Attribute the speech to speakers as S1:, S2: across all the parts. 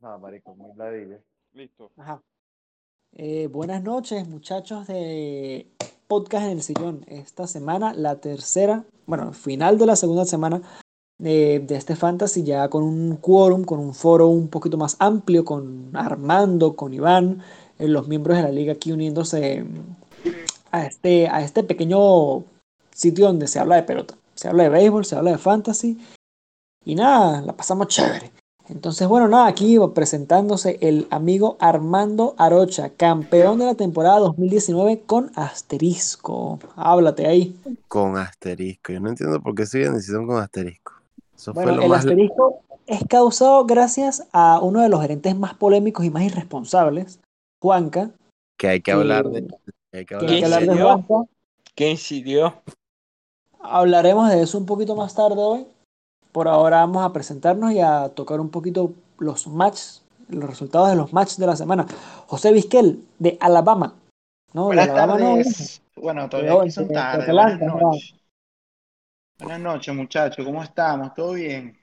S1: No, Ah, marico, muy ladilla.
S2: Listo.
S3: Ajá. Eh, buenas noches, muchachos de Podcast en el Sillón. Esta semana, la tercera, bueno, final de la segunda semana eh, de este fantasy, ya con un quórum, con un foro un poquito más amplio, con Armando, con Iván, eh, los miembros de la liga aquí uniéndose mm, a este, a este pequeño sitio donde se habla de pelota. Se habla de béisbol, se habla de fantasy. Y nada, la pasamos chévere. Entonces, bueno, nada, aquí presentándose el amigo Armando Arocha, campeón de la temporada 2019 con asterisco. Háblate ahí.
S4: Con asterisco. Yo no entiendo por qué siguen decisión con asterisco. Eso
S3: Bueno,
S4: fue lo
S3: el
S4: más.
S3: asterisco es causado gracias a uno de los gerentes más polémicos y más irresponsables, Juanca.
S4: Que hay que hablar de. que hay que
S3: Que
S4: hablar
S3: hay que hablar de
S4: de-
S2: serio?
S3: Juanca.
S2: ¿Qué incidió?
S3: Hablaremos de eso un poquito más tarde hoy. Por ahora vamos a presentarnos y a tocar un poquito los matches, los resultados de los matches de la semana. José Vizquel, de Alabama. No, de
S5: Buenas
S3: Alabama no.
S5: tardes. Bueno, todavía
S3: Pero
S5: aquí son
S3: bueno,
S5: tarde.
S3: pero
S5: Buenas
S3: adelante,
S5: noches. Buenas noches, muchachos. ¿Cómo estamos? ¿Todo bien?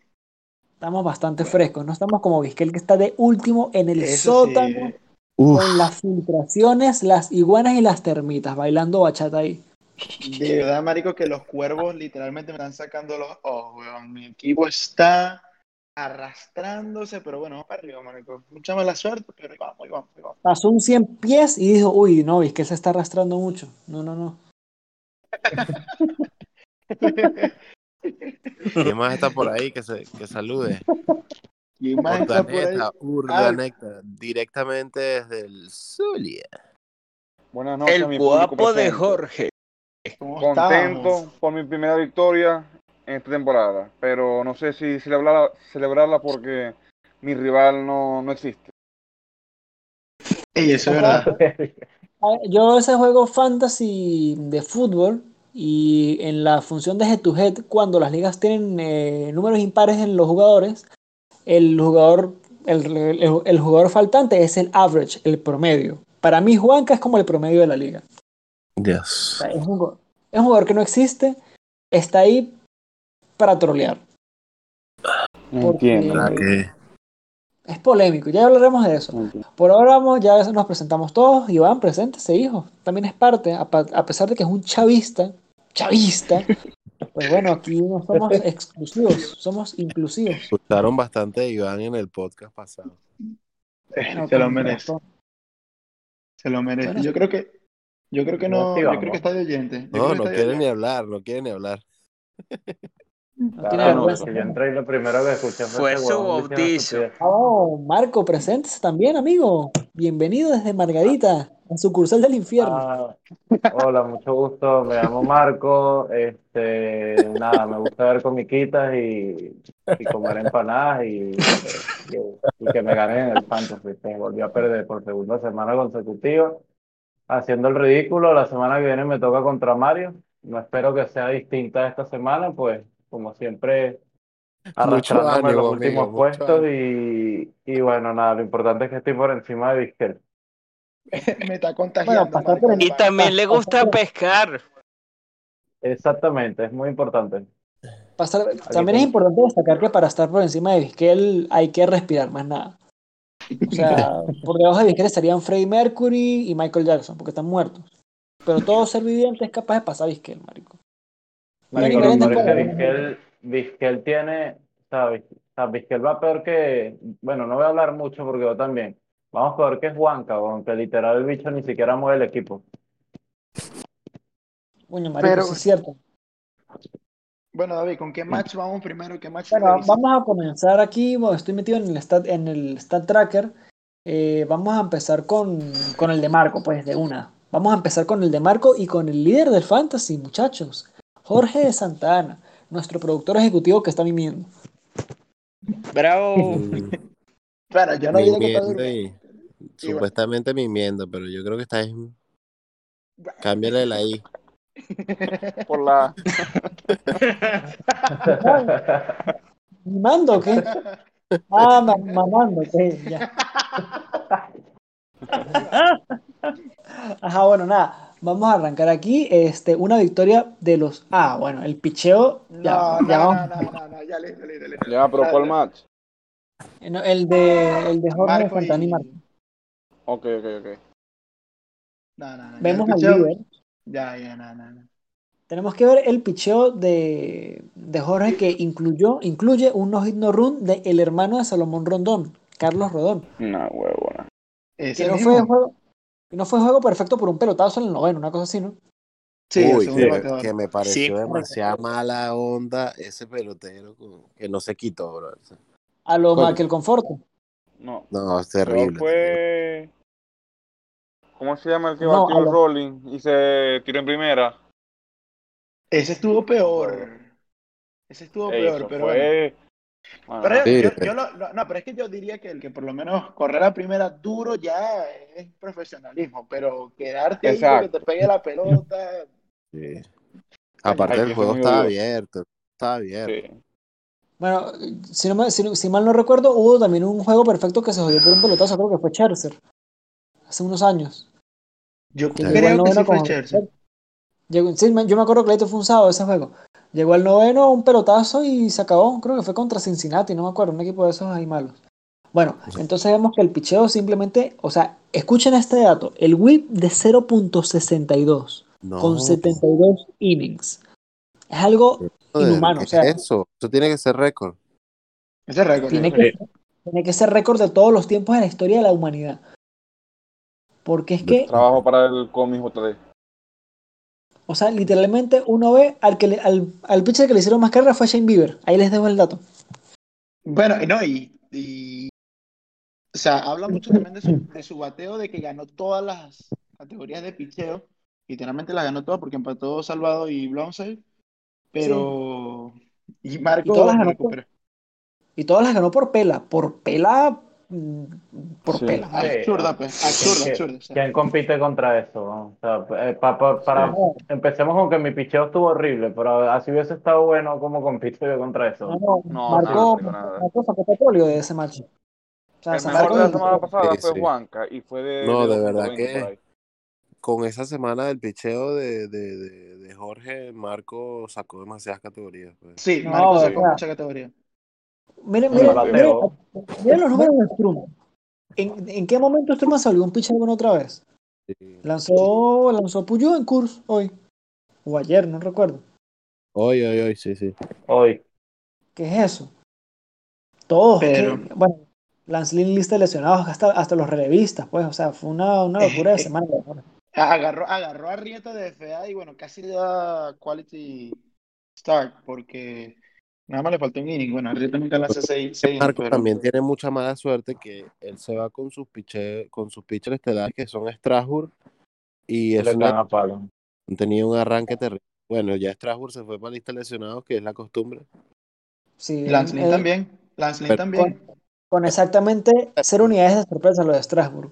S3: Estamos bastante frescos, no estamos como Vizquel que está de último en el
S5: Eso sí,
S3: sótano
S4: Uf,
S3: con las filtraciones, las iguanas y las termitas, bailando bachata ahí.
S5: De verdad, marico, que los cuervos literalmente me están sacando los ojos, weón. Mi equipo está arrastrándose, pero bueno, vamos para arriba, marico. Mucha mala suerte, pero ahí vamos, ahí vamos, ahí vamos.
S3: Pasó un 100 pies y dijo, uy, no, Vizquel se está arrastrando mucho. No, no, no.
S4: ¿quién más está por ahí? Que, se, que salude.
S5: ¿Quién más está por ahí?
S4: Urdaneta, Urdaneta, directamente desde el Zulia.
S2: Buenas noches,
S6: El
S2: mi
S6: guapo
S2: público
S6: de
S2: presente.
S6: Jorge.
S5: ¿Cómo
S2: Contento
S5: estamos?
S2: por mi primera victoria en esta temporada, pero no sé si celebrarla, celebrarla porque mi rival no, no existe.
S5: Ey, eso es verdad.
S3: A ver, Yo a veces juego fantasy de fútbol y en la función de head to head, cuando las ligas tienen eh, números impares en los jugadores, el jugador, el, el- el jugador faltante es el average, el promedio. Para mí, Juanca es como el promedio de la liga. O
S4: Dios.
S3: sea, Es un, jugador- es un jugador que no existe, está ahí para trolear.
S2: No
S3: entiendo.
S4: ¿Verdad que-
S3: Es polémico, ya hablaremos de eso. Por ahora vamos, ya nos presentamos todos. Iván, preséntese, hijo. También es parte, a, pa- a pesar de que es un chavista, chavista, pues bueno, aquí no somos exclusivos, somos inclusivos.
S4: Gustaron bastante de Iván en el podcast pasado.
S1: Eh,
S3: Bueno,
S5: Se lo
S3: con
S5: merece.
S3: razón.
S5: Se lo merece.
S3: Bueno.
S5: Yo creo que, yo creo que no,
S1: Sí,
S5: yo
S1: vamos.
S5: creo que está de oyente. Yo creo
S4: No,
S5: que
S4: no
S5: está de
S4: quieren ni hablar, no quieren ni hablar.
S3: No tiene
S1: Claro, no,
S3: vergüenza.
S1: que yo entré y lo primero que escuché
S6: Fue
S1: este
S6: su
S1: huevón diciendo
S6: bautizo.
S1: estupidez.
S3: Oh, Marco, preséntese también, amigo. Bienvenido desde Margarita, en sucursal del infierno.
S1: Ah, hola, mucho gusto. Me llamo Marco. Este, nada, me gusta ver comiquitas y, y comer empanadas y, y- y que me ganen en el fantasy. Se volvió a perder por segunda semana consecutiva, haciendo el ridículo. La semana que viene me toca contra Mario. No espero que sea distinta esta semana, pues como siempre arrastrándome en
S4: ánimo, amigo,
S1: los últimos
S4: mucho
S1: puestos y, y bueno, nada, lo importante es que estoy por encima de Vizquel.
S5: Me está contagiando,
S3: pasar
S5: marico,
S3: por el-
S5: la
S6: Y
S5: vaina.
S6: también le gusta pescar.
S1: Exactamente, es muy importante.
S3: Pasar- también es
S1: tiene-
S3: importante destacar que para estar por encima de Vizquel hay que respirar más nada. O sea, por debajo de Vizquel estarían Freddie Mercury y Michael Jackson, porque están muertos. Pero todo ser viviente es capaz de pasar a Vizquel, marico.
S1: Marico,
S3: Tiene
S1: lo
S3: que
S1: peor es que
S3: ver
S1: Vizquel, Vizquel tiene, o sea, Viz- o sea, Vizquel va peor que, bueno, no voy a hablar mucho porque yo también. Vamos peor que Juanca, weón, que literal el bicho ni siquiera mueve el equipo.
S3: Coño, marico,
S5: Pero-
S3: sí es cierto.
S5: Bueno, David, ¿con qué match vamos primero? ¿Qué match
S3: Bueno,
S5: televisas?
S3: vamos a comenzar aquí. Bueno, estoy metido en el stat, en el stat tracker. Eh, vamos a empezar con, con el de Marco, pues, de una. Vamos a empezar con el de Marco y con el líder del fantasy, muchachos. Jorge de Santa Ana, nuestro productor ejecutivo que está mimiendo.
S6: Bravo.
S4: Mm,
S5: Claro, yo no digo que está
S4: mimiendo
S5: durmiendo.
S4: y- Supuestamente mimiendo, pero yo creo que está en. Cámbiale la I.
S2: Por la...
S3: ¿Mimando o qué? Ah, ma- mamando, ok, ya. Ajá, bueno, nada. Vamos a arrancar aquí. Este, una victoria de los. Ah, bueno, el picheo. ya-
S5: No, no,
S3: ya vamos-
S5: no, no, no, no, ya listo, listo, listo.
S2: Ya, pero ¿cuál match?
S3: Eh, no, El de, el de Horner,
S5: Marco y-
S3: Fontana y Marco.
S2: Ok, ok, ok.
S5: No, no, no, ya
S3: Vemos al
S5: escuchamos.
S3: líder.
S5: Ya, ya, no, no, no.
S3: Tenemos que ver el picheo de, de Jorge que incluyó, incluye un no-hit no-run de el hermano de Salomón Rondón, Carlos Rodón.
S2: No, huevona.
S5: ¿Ese
S3: Que no
S5: mismo?
S3: fue, juego, que no fue juego perfecto por un pelotazo en el noveno, una cosa así, ¿no?
S5: Sí, el
S4: Uy,
S5: segundo
S4: que,
S5: bateador.
S4: que me pareció
S5: Sí, correcto.
S4: demasiada mala onda ese pelotero con- que no se quitó, bro.
S3: A lo
S4: Coño.
S3: más que el conforto.
S2: No. pues.
S4: No, es
S2: Peor
S4: terrible.
S2: fue. ¿Cómo se llama el que
S3: No,
S2: batió el
S3: Alan.
S2: rolling y se tiró en primera?
S5: Ese estuvo peor. Ese estuvo
S2: Ey,
S5: peor,
S2: eso
S5: pero bueno.
S2: fue. Bueno,
S5: Pero
S4: Sí.
S5: yo, yo lo- lo- no, pero es que yo diría que el que por lo menos correr a primera duro ya es profesionalismo, pero quedarte ahí porque
S2: Exacto.
S5: te pegue la pelota.
S4: terrible. Sí. Aparte,
S2: Ay,
S4: el
S2: que
S4: juego
S2: son muy
S4: estaba
S2: duros.
S4: abierto. Estaba abierto.
S2: sí.
S3: Bueno, si, no me- si no- si mal no recuerdo, hubo también un juego perfecto que se jodió por un pelotazo, creo que fue Scherzer, hace unos años.
S5: Yo
S4: Sí.
S3: Llegó al
S5: creo que
S3: noveno
S5: sí fue
S3: con-
S5: Chelsea.
S3: Llegó, sí, man, yo me acuerdo que Clayton fue un sábado ese juego. Llegó al noveno, un pelotazo y se acabó. Creo que fue contra Cincinnati, no me acuerdo, un equipo de esos ahí malos. Bueno, entonces vemos que el picheo simplemente, o sea, escuchen este dato, el whip de 0.62
S4: No,
S3: con 72 innings. Es algo
S4: brother,
S3: inhumano,
S4: ¿qué
S3: o sea,
S4: es eso? Eso tiene que ser récord.
S5: Ese es récord. eh.
S3: tiene
S5: sí.
S3: que, tiene que ser récord de todos los tiempos en la historia de la humanidad. Porque es que
S2: Trabajo para el Comi JD.
S3: O sea, literalmente uno ve al, que le- al, al pitcher que le hicieron más carrera fue a Shane Bieber. Ahí les dejo el dato.
S5: Bueno, y no, y, y- o sea, habla mucho también de su, de su bateo, de que ganó todas las categorías de picheo. Literalmente las ganó todas porque empató Salvado y Blonside. Pero. Y Marco
S3: Y todas las ganó.
S5: recuperó.
S3: Y todas las ganó por pela. Por pela. mm, Por
S2: Sí.
S3: pela.
S1: Sí,
S5: Absurda, pues. Absurda,
S1: ¿Quién-
S5: absurda. o sea.
S1: ¿Quién compite contra eso? no? O sea, eh, pa- pa- para,
S3: No,
S1: empecemos con que mi picheo estuvo horrible, pero así hubiese estado bueno cómo compito yo contra
S3: no,
S1: eso.
S3: no.
S2: No,
S3: Marcó,
S2: nada, nada.
S3: Marcó sacó petróleo de ese match. O sea,
S2: El
S3: se
S2: mejor
S3: marcó
S2: de la
S3: el
S2: semana pasada
S4: Sí,
S2: fue
S4: sí.
S2: Juanca y fue de,
S4: No, de
S2: 2.20
S4: verdad que-
S2: por ahí.
S4: Con esa semana del picheo de, de, de, de Jorge, Marco sacó demasiadas categorías. pues.
S5: Sí,
S3: No,
S5: Marco
S2: de
S5: sacó
S3: verdad.
S5: mucha categoría.
S3: Miren,
S2: No,
S3: miren,
S2: no, no.
S3: miren, miren los números de Stroman. ¿En, en qué momento Stroman se volvió un pitcher bueno otra vez?
S4: Sí.
S3: Lanzó, lanzó Puyú en curso hoy. O ayer, no recuerdo.
S4: Hoy, hoy, hoy, sí, sí.
S1: Hoy.
S3: ¿Qué es eso? Todos.
S5: Pero-
S3: que- bueno, Lance Lynn lista de lesionados, hasta, hasta los relevistas, pues. O sea, fue una, una locura de semana.
S5: Agarró, agarró a Rieta de FA y bueno, casi le da quality start porque nada más le faltó un inning. Bueno, a Rieta nunca le hace seis, seis innings,
S4: Marco
S5: pero
S4: también tiene mucha mala suerte que él se va con sus piche, con sus pitchers estelares que son Strasbourg y
S1: Y le
S4: eso no
S1: caen a palo.
S4: tenía un arranque terrible. Bueno, ya Strasbourg se fue para lista de lesionados, que es la costumbre.
S3: Sí,
S5: Lance
S3: él-
S5: Lynn
S3: él-
S5: también. Lance Lynn
S4: Pero-
S5: también.
S3: eh, con exactamente cero unidades de sorpresa lo de Strasbourg.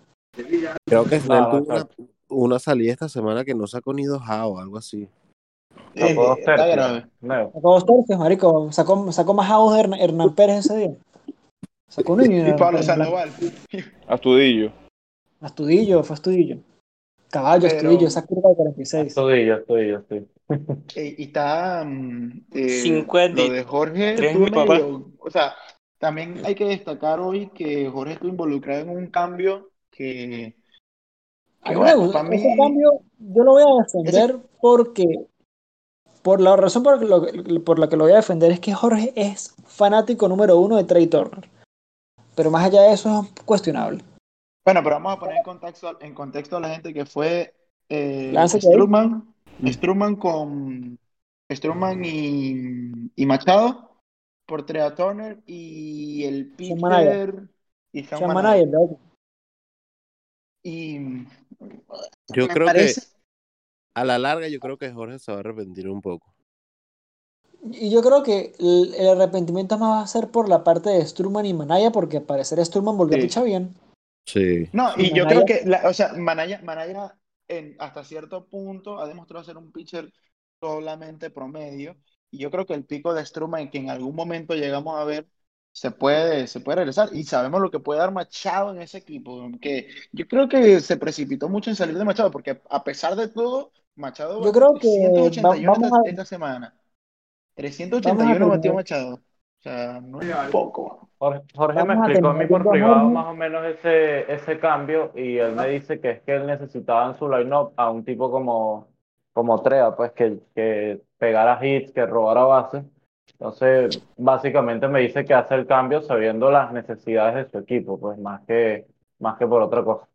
S4: Creo que Snell
S1: No, no,
S4: tuvo una, una salida esta semana que no sacó ni dos A o algo así.
S5: Eh,
S1: Sacó dos
S5: eh, está
S1: tercios.
S5: grave.
S1: No.
S3: Sacó dos tercios, marico. Sacó, sacó más outs Hern- Hernán Pérez ese día. Sacó un
S5: Y Pablo
S3: Hernán
S5: Sandoval.
S2: Astudillo.
S3: Astudillo, fue Astudillo. Caballo,
S5: Pero-
S3: Astudillo, esa curva de 46.
S1: Estudio, estudio, sí.
S5: Eh, y está mm, eh,
S6: 53
S5: lo de Jorge
S6: mi
S5: estuvo
S6: papá.
S5: medio, o sea, también hay que destacar hoy que Jorge estuvo involucrado en un cambio que,
S3: A mí
S5: que
S3: me
S5: bueno,
S3: gusta.
S5: para
S3: Ese
S5: mí,
S3: cambio yo lo voy a defender porque. Por la razón por, lo- por la que lo voy a defender es que Jorge es fanático número uno de Trey Turner. Pero más allá de eso es cuestionable.
S5: bueno, pero vamos a poner en contexto, en contexto a la gente que fue eh,
S3: Lánzate ahí.
S5: Stroman, Stroman con Stroman y, y Machado por Trea Turner y el
S3: Sean Manaea.
S5: pitcher y Sean
S3: Sean
S5: Manaea.
S3: Manayer, ¿verdad?
S5: Y
S4: Yo
S5: me
S4: creo
S5: parece,
S4: que a la larga yo creo que Jorge se va a arrepentir un poco.
S3: Y yo creo que el, el arrepentimiento más va a ser por la parte de Sturman y Manaya, porque al parecer Sturman volvió
S5: Sí.
S3: a pichar bien.
S4: Sí.
S5: No, y
S3: Y
S5: yo
S3: Manaya-
S5: creo que, la- o sea, Manaya, Manaya en, hasta cierto punto ha demostrado ser un pitcher solamente promedio. Y yo creo que el pico de Stroman que en algún momento llegamos a ver se puede, se puede regresar. Y sabemos lo que puede dar Machado en ese equipo. Que yo creo que se precipitó mucho en salir de Machado, porque a pesar de todo, Machado
S3: Yo
S5: batió
S3: creo que va-
S5: 381
S3: vamos,
S5: esta,
S3: a,
S5: esta semana.
S3: vamos a
S5: 381 batió
S3: terminar.
S5: Machado. O sea, no es poco.
S1: Jorge, Jorge me
S3: Vamos a
S1: explicó a mí
S3: terminar
S1: por
S3: con
S1: privado
S3: Jorge.
S1: más o menos ese, ese cambio y él me dice que es que él necesitaba en su line-up a un tipo como, como Trea, pues que, que pegara hits, que robara bases. Entonces, básicamente me dice que hace el cambio sabiendo las necesidades de su equipo, pues más que, más que por otra cosa.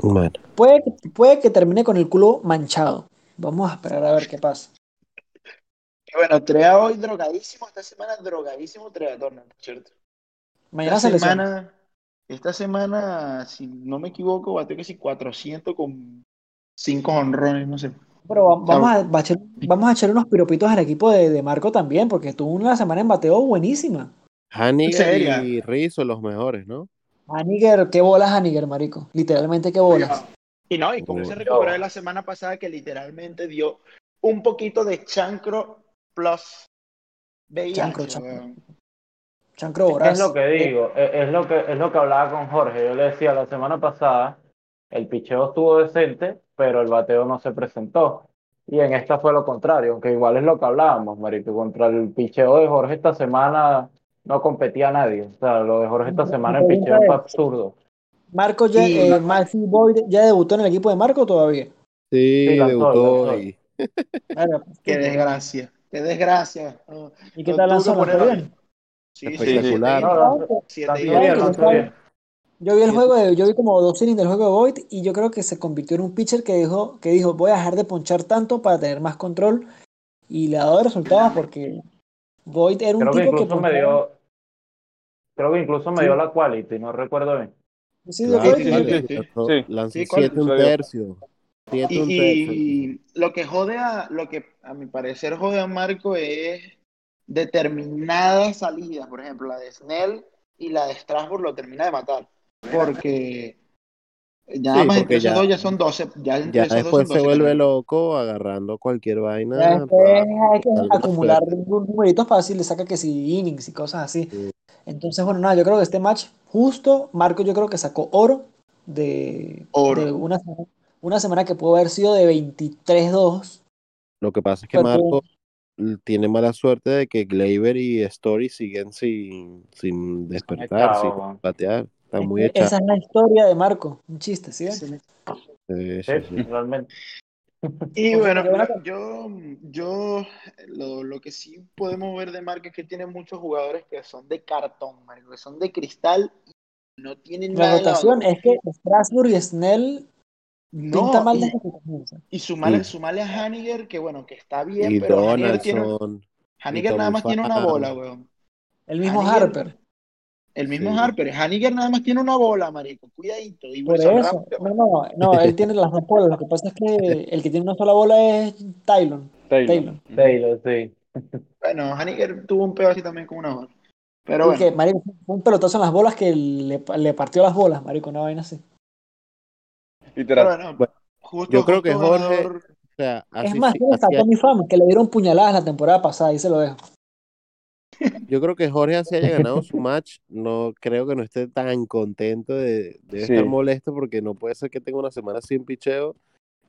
S4: Bueno.
S3: Puede, que- puede que termine con el culo manchado. Vamos a esperar a ver qué pasa.
S5: Y bueno, Trea hoy drogadísimo, esta semana drogadísimo Trea Turner, por cierto.
S3: Mañana
S5: Esta
S3: se lesiona.
S5: semana, esta semana, si no me equivoco, batió casi 400 con 5 honrones, no sé.
S3: Pero va- vamos a, va a echar, vamos a echar unos piropitos al equipo de, de Marco también, porque tuvo una semana en bateo buenísima.
S4: Hannigan
S5: serio?
S4: y Rizzo, los mejores, ¿no?
S3: Haniger, qué bolas Haniger, marico. Literalmente qué bolas.
S5: Y no, y cómo se
S4: Uy.
S5: recuperó de la semana pasada que literalmente dio un poquito de chancro plus VIH.
S3: Chancro, chancro.
S5: weón.
S3: Chancro
S1: Es que
S3: voraz. Eh,
S1: es lo que digo, es, es lo que, es lo que hablaba con Jorge. Yo le decía la semana pasada, el picheo estuvo decente, pero el bateo no se presentó. Y en esta fue lo contrario, aunque igual es lo que hablábamos, Marico. Contra el picheo de Jorge esta semana no competía nadie. O sea, lo de Jorge esta
S3: Mi
S1: semana, el
S3: pregunta
S1: picheo fue
S3: es-
S1: absurdo.
S3: Marco ya,
S5: Y-
S3: eh, Maxi Boyd ya debutó en el equipo de Marco todavía.
S4: Sí,
S1: Sí, lanzó,
S4: debutó
S1: lanzó.
S4: y
S3: Claro.
S5: Qué desgracia, qué desgracia. No,
S3: pues, ¿Y qué
S5: no
S3: tal
S5: tuvo
S3: lanzó?
S5: que
S3: ¿Lanzó
S5: ponerlo-
S3: bien?
S5: Sí, sí,
S4: Espectacular.
S5: siete
S1: No,
S5: hits,
S1: lanzó,
S5: siete
S1: lanzó
S3: Saben
S5: hits.
S1: bien,
S3: que yo
S1: lanzó bien.
S3: Yo vi el
S4: Sí,
S3: juego, de- yo vi como dos innings del juego de Boyd y yo creo que se convirtió en un pitcher que dijo, que dijo, voy a dejar de ponchar tanto para tener más control y le ha dado resultados porque Boyd era un
S1: Creo que
S3: tipo que
S1: incluso me
S3: ponchaba.
S1: dio, creo que incluso me
S3: Sí.
S1: dio la quality, no recuerdo bien.
S3: ¿Sí dio
S4: claro,
S5: sí,
S3: Boyd?
S5: sí,
S4: claro,
S5: sí,
S2: sí.
S4: lanzó,
S2: Sí.
S4: lanzó
S5: Sí, ¿cuál?
S4: siete un
S2: Se le dio.
S4: tercio. Siete un tercio.
S5: Y, y lo que jode a, lo que a mi parecer jode a Marco es determinadas salidas, por ejemplo, la de Snell y la de Strasbourg lo termina de matar, porque ya nada
S4: Sí,
S5: más
S4: porque
S5: entre esos
S4: ya-
S5: dos ya son 12, ya entre
S4: Ya
S5: esos dos son
S4: después se
S5: 12
S4: vuelve
S5: carreras.
S4: loco agarrando cualquier
S3: Ya
S4: vaina
S3: después
S4: para
S3: hay que
S4: alguna
S3: acumular
S4: suerte.
S3: numeritos para decir, le saca que si innings y cosas así.
S4: Sí.
S3: Entonces, bueno, nada, yo creo que este match justo, Marco yo creo que sacó oro de,
S5: Oro.
S3: de una, semana- una semana que pudo haber sido de 23-2,
S4: Lo que pasa es que
S3: pero
S4: Marco l- tiene mala suerte de que Gleyber y Story siguen sin, sin
S1: Están
S4: despertar, sin
S1: echados, man.
S4: patear. Están
S3: es
S4: muy
S3: que
S4: echados.
S3: esa es la historia de Marco, un chiste, ¿sí ven?
S4: Sí,
S1: Sí,
S4: sí, sí.
S1: realmente.
S5: Y
S3: Pues,
S5: bueno,
S3: pero bueno,
S5: lo- yo, yo lo, lo que sí podemos ver de Marco es que tiene muchos jugadores que son de cartón, marico, que son de cristal y no tienen
S3: La
S5: nada en la
S3: rotación eh,
S5: bandeja.
S3: es que Strasbourg y Snell pintan
S5: No,
S3: mal
S5: y,
S3: desde que comienza.
S5: y
S4: Y,
S5: sumale, sumale a Haniger, que bueno, que está bien,
S4: y
S5: pero Haniger tiene,
S4: Donaldson, y
S5: Haniger nada
S4: Tommy
S5: más tiene una bola,
S4: Pham.
S5: weón.
S3: El mismo
S5: Haniger,
S3: Harper,
S5: el mismo
S4: Sí.
S5: Harper, Haniger nada más tiene una bola, marico, cuidadito. Y
S3: por
S5: Wilson
S3: eso.
S5: Ramos,
S3: No, no, no, él tiene las dos bolas. Lo que pasa es que el que tiene una sola bola es Tylon.
S2: Taylor.
S3: Tylon.
S2: Ujú.
S1: Taylor, sí.
S5: bueno, Haniger tuvo un pedo así también con una bola. Pero
S3: Y
S5: bueno,
S3: que, marico, fue un pelotazo en las bolas que le, le partió las bolas, marico, una vaina así.
S5: pero
S2: Literal.
S5: bueno,
S4: Bueno,
S5: justo,
S4: yo creo que
S5: justo
S4: Jorge,
S5: ganador.
S4: o sea,
S3: Es
S4: así,
S3: más,
S4: Ah, sí-
S3: ¿dónde está
S4: así
S3: Tommy Pham? Que le dieron puñaladas la temporada pasada, ahí se lo dejo.
S4: Yo creo que Jorge así haya ganado su match, no creo que no esté tan contento, de- debe estar
S2: Sí,
S4: molesto porque no puede ser que tenga una semana sin picheo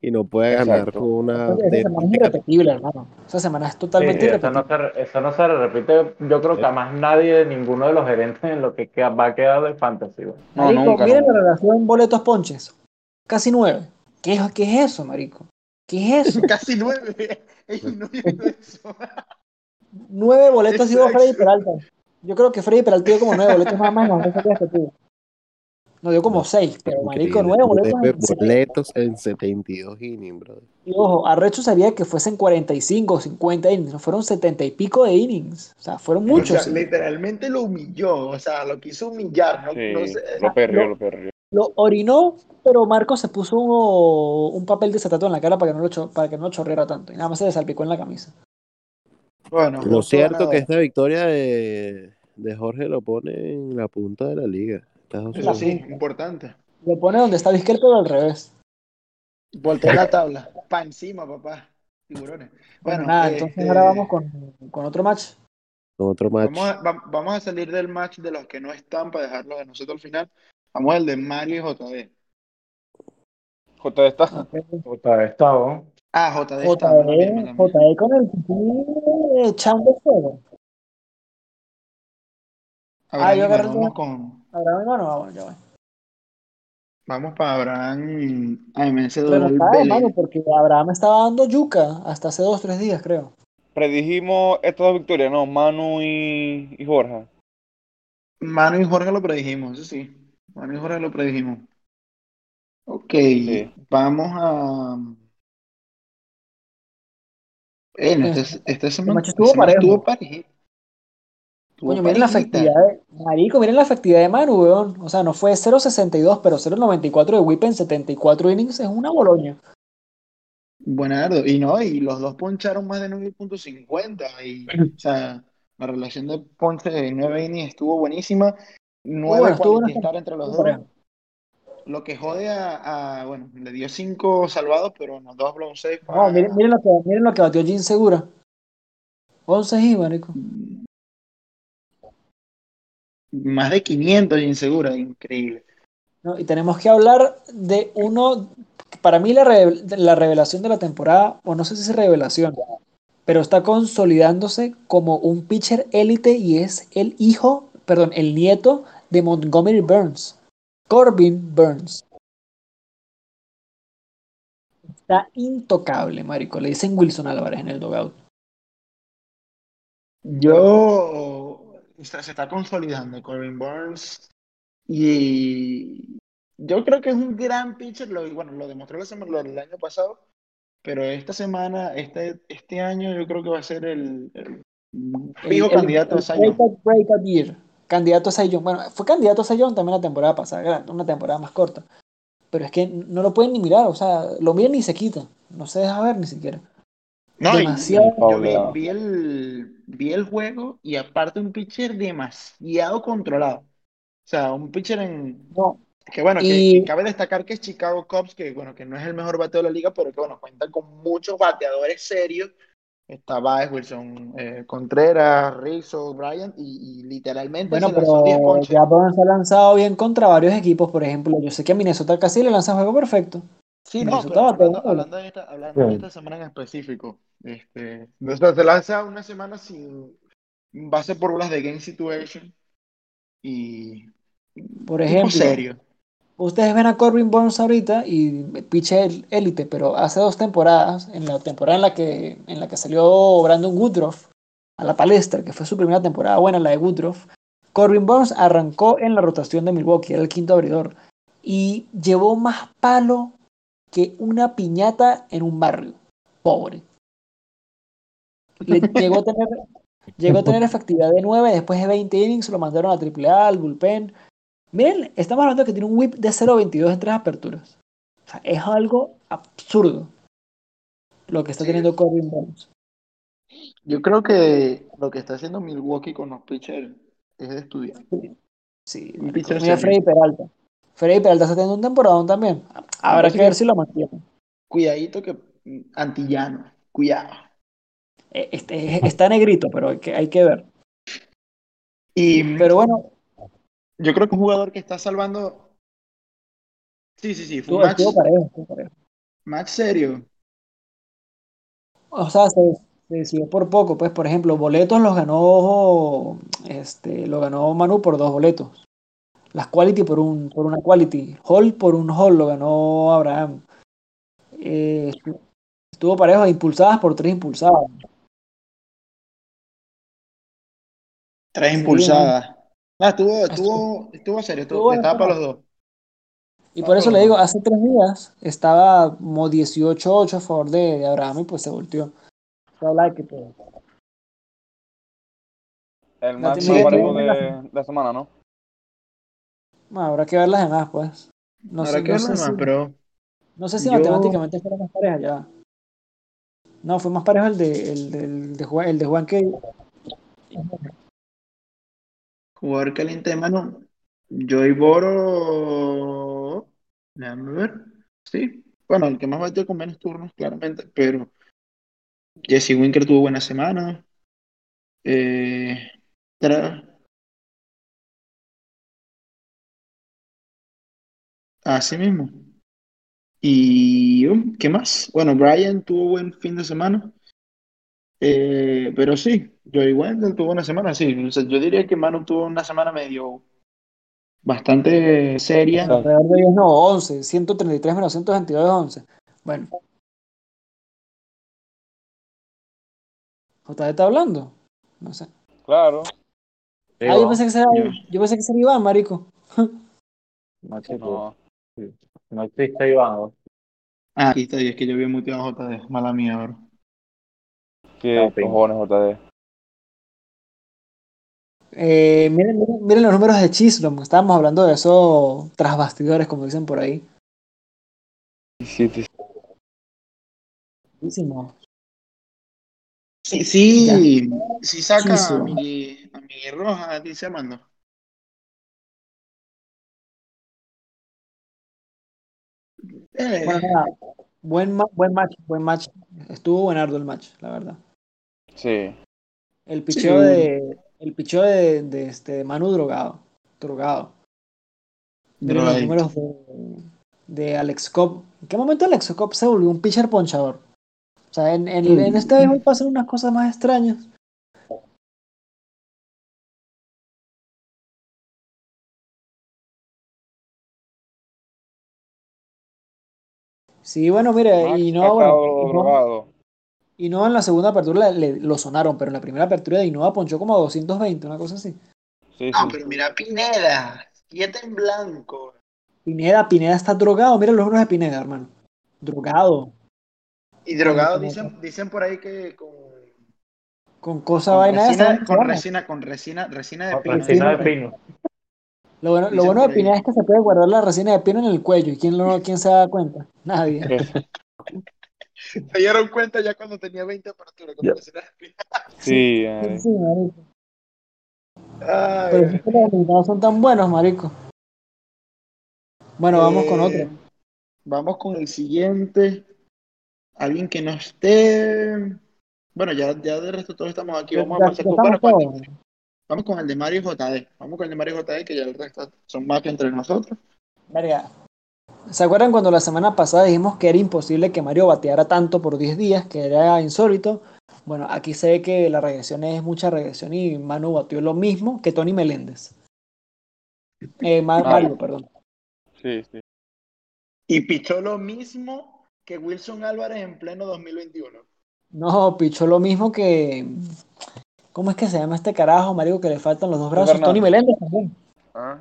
S4: y no pueda ganar
S2: exacto.
S4: con una
S3: Entonces, esa
S4: de
S3: semana es
S4: este cap-
S3: irrepetible, hermano. Esa semana es
S1: Sí,
S3: totalmente
S1: eso no,
S3: irrepetible.
S1: se, re- eso no se repite. Yo creo que además nadie, ninguno de los gerentes en lo que queda- va a quedar de fantasy. güey.
S2: No,
S3: Marico,
S2: nunca,
S3: miren la
S2: nunca.
S3: relación boletos ponches. Casi nueve. ¿Qué, es- qué es eso, marico? ¿Qué es eso?
S5: Casi nueve. Ey, no había visto eso.
S3: Nueve boletos dio Freddy
S5: Exacto.
S3: Peralta. Yo creo que Freddy Peralta dio como nueve boletos nada más en las dos salidas que tuvo. No dio como
S4: No,
S3: seis, pero marico,
S4: increíble.
S3: nueve boletos
S4: Nueve
S3: en setenta.
S4: boletos en 72 innings, brother.
S3: Y ojo, arrecho sería que fuesen 45 o 50 innings. No fueron 70 y pico de innings. O sea, fueron
S5: O
S3: muchos
S5: sea,
S3: innings.
S5: literalmente lo humilló, o sea, lo quiso humillar, no, no
S2: Sí,
S5: sé.
S2: lo perrió,
S3: Lo,
S2: lo perrió.
S3: lo orinó, pero Marcos se puso un, un papel de acetato en la cara para que, no lo cho- para que no chorreara tanto. Y nada más se le salpicó en la camisa.
S5: Bueno,
S4: Lo
S5: justo
S4: cierto que
S5: ganador.
S4: esta victoria de, de Jorge lo pone en la punta de la liga. Estas dos
S5: Eso
S3: La
S4: semanas.
S5: sí,
S3: punta.
S5: importante.
S3: Lo pone donde está Vizquel, pero al revés.
S5: Volteé la tabla. Pa' encima, papá. Tiburones.
S3: Bueno,
S5: Bueno,
S3: nada, entonces ahora vamos
S5: este,
S3: con, con otro match.
S4: Con otro
S5: vamos
S4: match.
S5: a, va- vamos a salir del match de los que no están para dejarlos de nosotros al final. Vamos al de Mario y JD.
S2: J está.
S3: Ok.
S1: Puta, ¿eh? de esta, ¿no?
S5: Ah, JD está, mala mía,
S3: JD,
S5: mala mía.
S3: JD con el pipí echando fuego.
S5: Abraham
S3: Ah, yo
S5: Higuaín,
S3: agarré el
S5: vamos
S3: mío.
S5: con.
S3: Abraham Higuaín, ah, bueno, ya va.
S5: Vamos para Abraham. Ay, me hace
S3: Pero
S5: dudar el
S3: está,
S5: Bellingham.
S3: hermano, porque Abraham estaba dando yuca hasta hace dos, tres días, creo.
S2: Predijimos estas dos victorias, ¿no? Manu y, y Jorge.
S5: Manu y Jorge lo predijimos, eso sí. Manu y Jorge lo predijimos. Ok,
S2: Sí.
S5: vamos a. Bueno,
S3: Este,
S5: este, es- esta
S3: el
S5: semana,
S3: macho
S5: esta
S3: estuvo
S5: semana
S3: parejo.
S5: estuvo parejita. Estuvo
S3: Coño, miren la
S5: parejita.
S3: efectividad de. Marico, miren la efectividad de Manu, weón. O sea, no fue 0.62, pero 0.94 de Whip en 74 innings es una boloña.
S5: Buenardo. Y no, y los dos poncharon más de 9.50. Y, o sea, la relación de ponche de 9 innings estuvo buenísima.
S3: Estuvo bueno,
S5: 9
S3: estuvo bueno.
S5: quality
S3: este-
S5: estar entre los
S3: estuvo
S5: dos.
S3: parejo.
S5: Lo que jode a, a- bueno, le dio 5 salvados, pero nos dos blown safe
S3: No, miren,
S5: a-
S3: miren, lo que, miren lo que batió Jim Segura. 11 y, marico.
S5: más de 500 y insegura, increíble.
S3: No, y tenemos que hablar de uno, para mí la, re- la revelación de la temporada, o no sé si es revelación, pero está consolidándose como un pitcher élite y es el hijo, perdón, el nieto de Montgomery Burns, Corbin Burns. Está intocable, marico. Le dicen Wilson Álvarez en el dugout.
S5: Yo, está- se está consolidando Corbin Burns y yo creo que es un gran pitcher, lo, bueno, lo demostró la semana, lo- el año pasado, pero esta semana, este, este año yo creo que va a ser el, el
S3: El,
S5: fijo
S3: el,
S5: candidato a
S3: el
S5: Cy Young.
S3: breakout, breakout year. Candidato a Cy Young. Bueno, fue candidato a Cy Young también la temporada pasada, era una temporada más corta. Pero es que no lo pueden ni mirar, o sea, lo miran y se quita. No se deja ver ni siquiera.
S5: No, y,
S3: Demasiado.
S5: y yo vi,
S2: Obligado.
S5: vi el, vi el juego y aparte un pitcher demasiado controlado. O sea, un pitcher en,
S3: No.
S5: Que bueno, que, que
S3: Y
S5: cabe destacar que es Chicago Cubs, que bueno, que no es el mejor bateo de la liga, pero que bueno, cuenta con muchos bateadores serios. Está Baez, Wilson, eh, Contreras, Rizzo, Bryant, y, y literalmente
S3: bueno,
S5: se lanzó 10
S3: pero
S5: ponches.
S3: ya Burns ha lanzado bien contra varios equipos, por ejemplo. Yo sé que a Minnesota casi le lanza juego perfecto.
S5: Sí, no,
S3: Minnesota
S5: pero
S3: batea
S5: hablando,
S3: duro.
S5: hablando de esta, hablando de esta semana en específico, este, o sea, se lanza una semana sin base por bolas de game situation y
S3: Por
S5: un tipo
S3: ejemplo,
S5: serio.
S3: ustedes ven a Corbin Burns ahorita y piche el élite, pero hace dos temporadas, en la temporada en la que, en la que salió Brandon Woodruff a la palestra, que fue su primera temporada buena, la de Woodruff, Corbin Burns arrancó en la rotación de Milwaukee, era el quinto abridor, y llevó más palo que una piñata en un barrio. Pobre. Le llegó a tener, llegó a tener efectividad de 9, después de 20 innings lo mandaron a AAA, al bullpen. Miren, estamos hablando que tiene un whip de 0.22 en tres aperturas. O sea, es algo absurdo lo que está
S5: Sí,
S3: teniendo Corbin Burns.
S5: yo creo que lo que está haciendo Milwaukee con los pitchers es de estudiar.
S3: Sí,
S5: Un
S3: marico.
S5: pitcher
S3: Mira,
S5: serio.
S3: Freddy Peralta. Freddy Peralta está teniendo un temporadón también. Habrá
S5: Entonces
S3: que ver
S5: que
S3: si lo mantiene.
S5: Cuidadito que mm, antillano, cuidado.
S3: Eh, Este, eh, está negrito, pero hay que, hay que ver.
S5: Y mm,
S3: Pero bueno,
S5: yo creo que un jugador que está salvando. Sí, sí, sí, fue
S3: estuvo,
S5: un match,
S3: estuvo parejo, estuvo parejo.
S5: match serio.
S3: O sea, se, se decidió por poco. Pues, por ejemplo, boletos los ganó, este, lo ganó Manu por dos boletos. Las quality por un, por una quality. Hall por un hall lo ganó Abraham. Eh, estu- estuvo parejo, impulsadas por tres impulsadas.
S5: Tres
S3: Sí, man.
S5: impulsadas. No, estuvo,
S3: Estuvo,
S5: estuvo, estuvo serio,
S3: estuvo
S5: estuvo,
S3: buena
S5: estaba para
S3: semana.
S5: los dos.
S3: Y
S5: Estaba
S3: por
S5: para
S3: eso
S5: los
S3: le
S5: dos.
S3: digo, hace tres días estaba como 18-8 a favor de, de Abraham y pues se volteó. Se habla de que pues,
S2: El
S3: no
S2: match
S3: te-
S2: más
S5: Sí,
S3: miren,
S2: parejo
S3: miren
S2: de,
S3: en la-
S2: de la semana, ¿no?
S3: no, habrá que ver las demás, pues. No sé,
S5: Habrá que
S3: no
S5: ver lo
S3: sé si,
S5: demás, pero
S3: no sé si
S5: yo.
S3: matemáticamente fuera más pareja ya. No, fue más parejo el de, el, del- de Juan, el de Juan que.
S5: Jugador caliente de mano. Joey Boro. Déjame ver. Sí. Bueno, el que más batió con menos turnos, claramente. Pero Jesse Winker tuvo buena semana. Eh, tra- así mismo. ¿Y um, qué más? Bueno, Brian tuvo buen fin de semana. Eh, pero sí, Joey Wendell tuvo una semana, sí. O sea, yo diría que Manu tuvo una semana medio bastante seria.
S3: Alrededor de 10, no, 11. 133 menos 122 es 11. Bueno. ¿JD está hablando? No sé.
S2: Claro.
S3: Ah, yo
S1: Digo,
S3: pensé que era,
S5: yo.
S3: yo pensé que era Iván, marico.
S1: no, existe-
S2: No.
S4: pues.
S1: no existe Iván. ¿no?
S5: Ah, aquí está, y es que yo vi muteado a JD, mala mía, bro.
S2: ¿Qué
S1: Camping.
S2: cojones, JD?
S3: Eh, miren, miren- miren los números de Chislom. Estábamos hablando de eso tras bastidores, como dicen por ahí.
S2: Sí, sí, sí.
S3: Buenísimo.
S5: Sí, sí, sí saca
S3: Sí, sí,
S5: a
S3: vamos.
S5: mi, a mi roja, dice Armando. Eh,
S3: Bueno, nada. Buen, ma- buen match, buen match. Estuvo buenardo el match, la verdad.
S2: Sí.
S3: El picheo
S5: Sí.
S3: de. El picheo de, de este, de Manu drogado. Drogado. Miren los
S5: Drogadicto.
S3: números de, de Alex Cobb. ¿En qué momento Alex Cobb se volvió un pitcher ponchador? O sea, en, en,
S5: Mm.
S3: en este béisbol pasan unas cosas más extrañas. Sí, bueno, mira,
S2: Max
S3: y no,
S2: ha
S3: bueno,
S2: estado
S3: y no-
S2: drogado.
S3: Innova en la segunda apertura le- le- lo sonaron, pero en la primera apertura de Innova ponchó como 220, una cosa así.
S2: Sí,
S5: No,
S2: sí.
S5: pero mira, Pineda, siete en blanco.
S3: Pineda, Pineda está drogado, mira los números de Pineda, hermano. Drogado,
S5: Y drogado,
S3: Ay, no, no,
S5: dicen, dicen por ahí que con,
S3: con cosa
S5: con
S3: vaina esa.
S5: resina,
S3: ¿cómo se
S5: con
S3: llama?
S5: resina, con resina, resina de
S1: No,
S5: pino.
S1: Resina
S5: dicen
S1: de
S5: por ahí.
S1: pino.
S3: Lo bueno, lo
S5: Dicen
S3: bueno
S5: por
S3: de
S5: ahí.
S3: Pineda es que se puede guardar la resina de pino en el cuello. ¿Y quién, lo, quién se da cuenta? Nadie.
S5: Se dieron cuenta ya cuando tenía 20 aperturas con
S1: Ya.
S5: resina de pino.
S2: Sí, eh,
S3: Sí,
S2: marico.
S3: sí, marico.
S5: Ay,
S3: Pero es que los resultados son tan buenos, marico. Bueno, vamos con
S5: Eh,
S3: otro.
S5: Vamos con el siguiente. Alguien que no esté. Bueno, ya, ya de resto todos estamos aquí.
S3: Ya,
S5: Vamos a
S3: ya
S5: pasar con, bueno,
S3: estamos
S5: con el de-
S3: todos.
S5: vamos con el de Mario JD. Vamos con el de Mario JD, que ya el resto son más que entre nosotros.
S3: Verga. ¿Se acuerdan cuando la semana pasada dijimos que era imposible que Mario bateara tanto por 10 días, que era insólito? Bueno, aquí se ve que la regresión es mucha regresión y Manu batió lo mismo que Tony Meléndez. Eh, Ma-
S2: Mario.
S3: Mario, perdón.
S2: Sí, sí.
S5: Y pichó lo mismo que Wilson Álvarez en pleno 2021.
S3: No, pichó lo mismo que... ¿Cómo es que se llama este carajo, Mario, que le faltan los dos brazos?
S2: Fernández.
S3: Tony Meléndez también.
S2: Ah,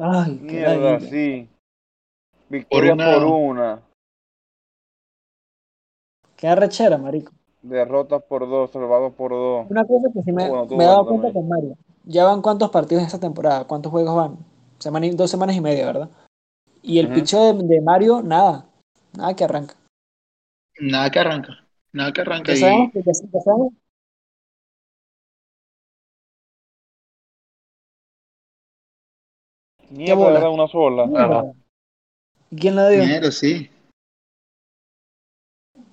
S3: Ay, qué
S2: mierda,
S3: ladilla.
S2: sí. Victoria
S5: una-
S2: por una.
S3: Qué arrechera, marico.
S2: Derrotas por dos, salvado por dos.
S3: Una cosa que sí me,
S2: Ah, Bueno, tú
S3: me he dado
S2: bueno
S3: cuenta con Mario. Ya van cuántos partidos esta temporada, cuántos juegos van. Semana y- dos semanas y media, ¿verdad? Y el
S2: Ujú.
S3: picho de, de Mario, nada. Nada que arranca.
S5: Nada que arranca. Nada que arranca.
S3: Ya
S5: Y
S3: sabemos que ya, sa- ya sabemos.
S2: Mierda,
S3: bola?
S2: era una sola.
S1: Ajá.
S3: ¿Y quién la dio?
S5: Mierda, sí.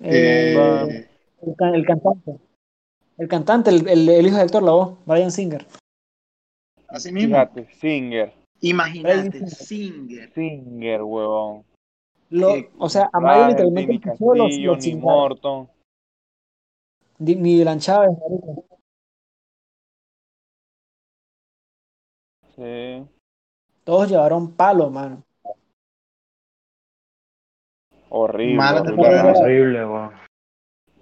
S3: Eh,
S5: Eh,
S3: el, ca- el cantante. El cantante, el, el- el hijo de Héctor Lavoe, Brian Singer.
S5: así mismo.
S2: Fíjate, Singer.
S5: Imagínate, Singer.
S2: Singer, huevón.
S3: Lo-
S5: Qué
S3: o sea, a Mario
S2: Rangel,
S3: literalmente
S2: ni
S3: el picheo lo,
S2: Castillo,
S3: lo
S2: ni
S3: chingaron.
S2: Morton.
S3: Di- Ni Dylan Chávez, marico.
S2: Sí.
S3: Todos llevaron palo, mano.
S2: Horrible,
S5: Mala
S2: horrible.
S5: temporada.
S2: hermano.
S1: Horrible, weón.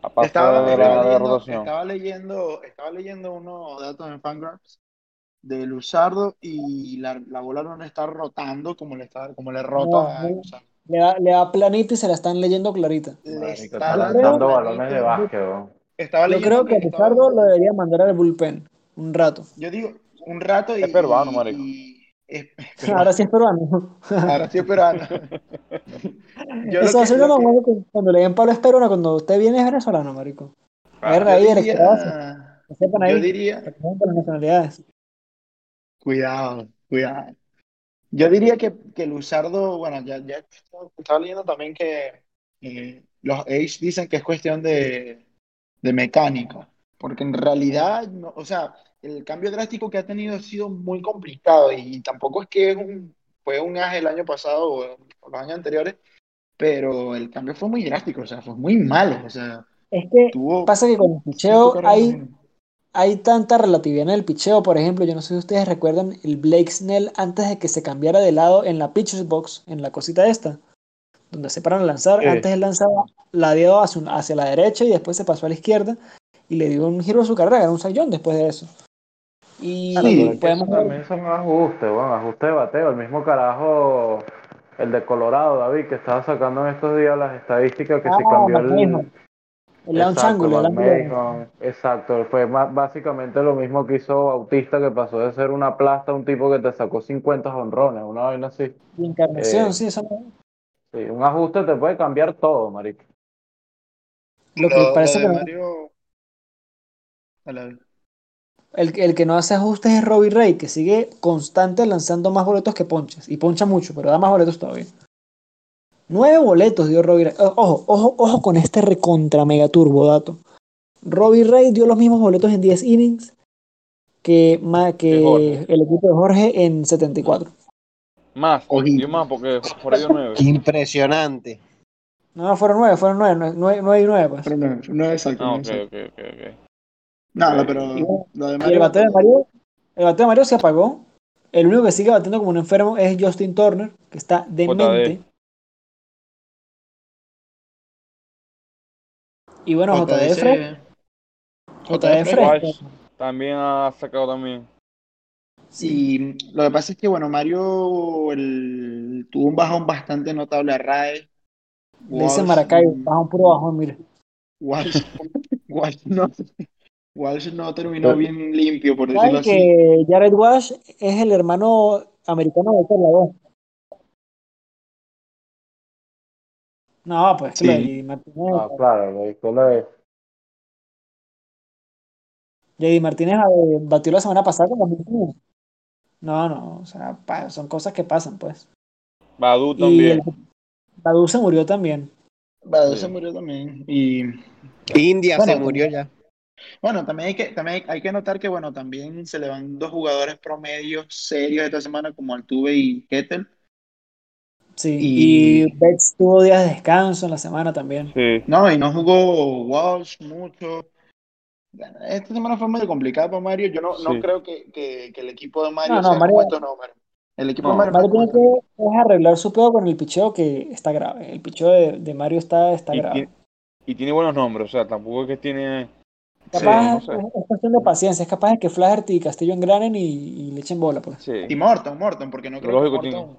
S2: Ha pasado
S5: Estaba,
S2: de
S5: estaba
S2: la
S5: leyendo,
S2: derrotación.
S5: estaba leyendo, estaba leyendo unos datos en Fangraphs de Luzardo y la, la bola no le está rotando como le está, como le
S3: No,
S5: rota a
S3: no.
S5: Luzardo.
S3: Le da, le da planita y se la están leyendo clarita.
S5: Le
S1: Marico,
S5: está
S1: está
S3: Yo
S5: dando
S1: lanzando
S3: creo-
S1: balones de
S5: planita.
S1: básquet, weón.
S5: Estaba
S3: Yo
S5: leyendo
S3: creo que
S5: que
S3: a
S5: estaba.
S3: Luzardo lo debería mandar al bullpen un rato.
S5: Yo digo, un rato y.
S2: Es peruano, marico.
S5: y- es- es
S3: Ahora
S5: peruano.
S3: sí es peruano.
S5: Ahora sí es peruano. Yo lo
S3: Eso va a
S5: que,
S3: ser
S5: lo
S3: como
S5: que-
S3: cuando, cuando le den Pablo es peruano, cuando usted viene es venezolano, marico. Agarra
S5: Ah, yo
S3: ahí electorado,
S5: diría,
S3: que sepan
S5: yo
S3: ahí,
S5: diría,
S3: que sepan las nacionalidades.
S5: cuidado, cuidado. Yo diría que, que Luzardo, bueno, ya, ya estaba leyendo también que eh, los Age dicen que es cuestión de, de mecánica, porque en realidad, no- o sea, el cambio drástico que ha tenido ha sido muy complicado y, tampoco es que es un, fue un as el año pasado o, o los años anteriores, pero el cambio fue muy drástico, o sea, fue muy malo, o sea,
S3: Es que
S5: tuvo
S3: pasa que con el
S5: cinco
S3: picheo
S5: carreras
S3: hay,
S5: menos.
S3: hay tanta relatividad en el picheo. Por ejemplo, yo no sé si ustedes recuerdan el Blake Snell antes de que se cambiara de lado en la pitcher's box, en la cosita esta, donde se paran a lanzar.
S1: Sí.
S3: Antes él lanzaba la dio hacia, un- hacia la derecha y después se pasó a la izquierda y le dio un giro a su carrera, ganó un sayón después de eso. Y
S5: Claro, pero es que
S3: podemos
S1: Eso
S3: ver
S1: también son ajustes, bueno, ajustes de bateo. El mismo carajo, el de Colorado, David, que estaba sacando en estos días las estadísticas que se
S3: Ah,
S1: cambió
S3: McMahon.
S1: el.
S3: el launch
S1: Exacto,
S3: angle, el ángulo.
S1: McMahon, exacto. Fue ma- básicamente lo mismo que hizo Bautista, que pasó de ser una plasta a un tipo que te sacó 50 honrones, una vaina así.
S3: de encarnación,
S1: Eh,
S3: sí, eso no-
S1: Sí, un ajuste te puede cambiar todo, marico.
S3: Lo que
S5: Lo, lo
S3: parece
S5: de
S3: que no-
S5: Mario, dale,
S3: el, el que no hace ajustes es Robbie Ray, que sigue constante lanzando más boletos que ponches. Y poncha mucho, pero da más boletos todavía. Nueve boletos dio Robbie Ray. O- Ojo, ojo, ojo con este recontra mega turbo dato. Robbie Ray dio los mismos boletos en 10 innings que, ma-
S2: Que
S3: que
S2: Jorge.
S3: el equipo de Jorge en 74.
S2: Más, dio
S7: Ojito.
S2: más porque Jorge dio nueve.
S7: Qué impresionante.
S3: No, no, fueron nueve, fueron nueve, nueve, nueve- nueve y nueve, pues.
S5: pero no, no es exacto,
S2: Ah,
S5: no
S2: ok,
S5: es exacto.
S2: ok, ok, ok.
S5: No, no,
S3: Y
S5: pero
S3: bueno,
S5: lo de
S3: Y el
S5: Mario,
S3: bateo de Mario, el bateo de Mario se apagó. El único que sigue batiendo como un enfermo es Justin Turner, que está demente. Y bueno, JD Fresco,
S5: JDC,
S3: JD
S5: JD
S3: Fresco.
S2: Wash también ha sacado también.
S3: Sí.
S5: Y lo que pasa es que, bueno, Mario el- tuvo un bajón bastante notable a Rae,
S3: Le dicen
S5: Walsh,
S3: Maracay,
S5: mm,
S3: bajón puro bajón, mire.
S5: Walsh, Walsh no, Walsh no terminó
S1: Pero-
S5: bien limpio, por decirlo
S3: ¿Saben
S5: así.
S3: que Jared Wash es el hermano americano de Carla Wash? No, pues claro,
S5: Sí.
S3: JD Martínez,
S1: Ah, claro, lo dijo lo de-
S3: JD Martínez eh, batió la semana pasada con los mil puntos. No, no, o sea, pa- son cosas que pasan, pues.
S2: Badu
S3: Y el
S2: también.
S3: Badu se murió también.
S5: Badu se
S2: Sí.
S5: murió también. Y
S7: India se
S5: bueno,
S7: murió
S5: también,
S7: ya.
S5: bueno, también hay que, también hay, hay que notar que, bueno, también se le van dos jugadores promedios serios esta semana, como Altuve y Ketel.
S3: Sí. Y
S5: Y
S3: Betts tuvo días de descanso en la semana también.
S2: Sí.
S5: no, y no jugó Walsh mucho. Bueno, Esta semana fue medio complicada para Mario. Yo no, no
S2: Sí.
S5: creo que, que- que el equipo de Mario
S3: No, no,
S5: sea
S3: Mario,
S5: como estos números. El equipo de
S2: No.
S5: Mario no es
S3: Mario
S5: como
S3: tiene
S5: estos números.
S3: que es arreglar su pedo con el picheo que está grave. El picheo de, de Mario está, está
S2: Y
S3: grave.
S2: tiene, y tiene buenos nombres. O sea, tampoco es que tiene.
S5: Sí.
S2: No,
S3: Capaz
S2: no
S3: es,
S2: sé.
S3: es cuestión de paciencia, es capaz de que Flaherty y Castillo engranen y, y le echen bola, pues.
S5: Y
S2: Sí.
S5: Morton, Morton, porque no
S2: Lo
S5: creo que
S2: lógico tiene.
S5: Morton.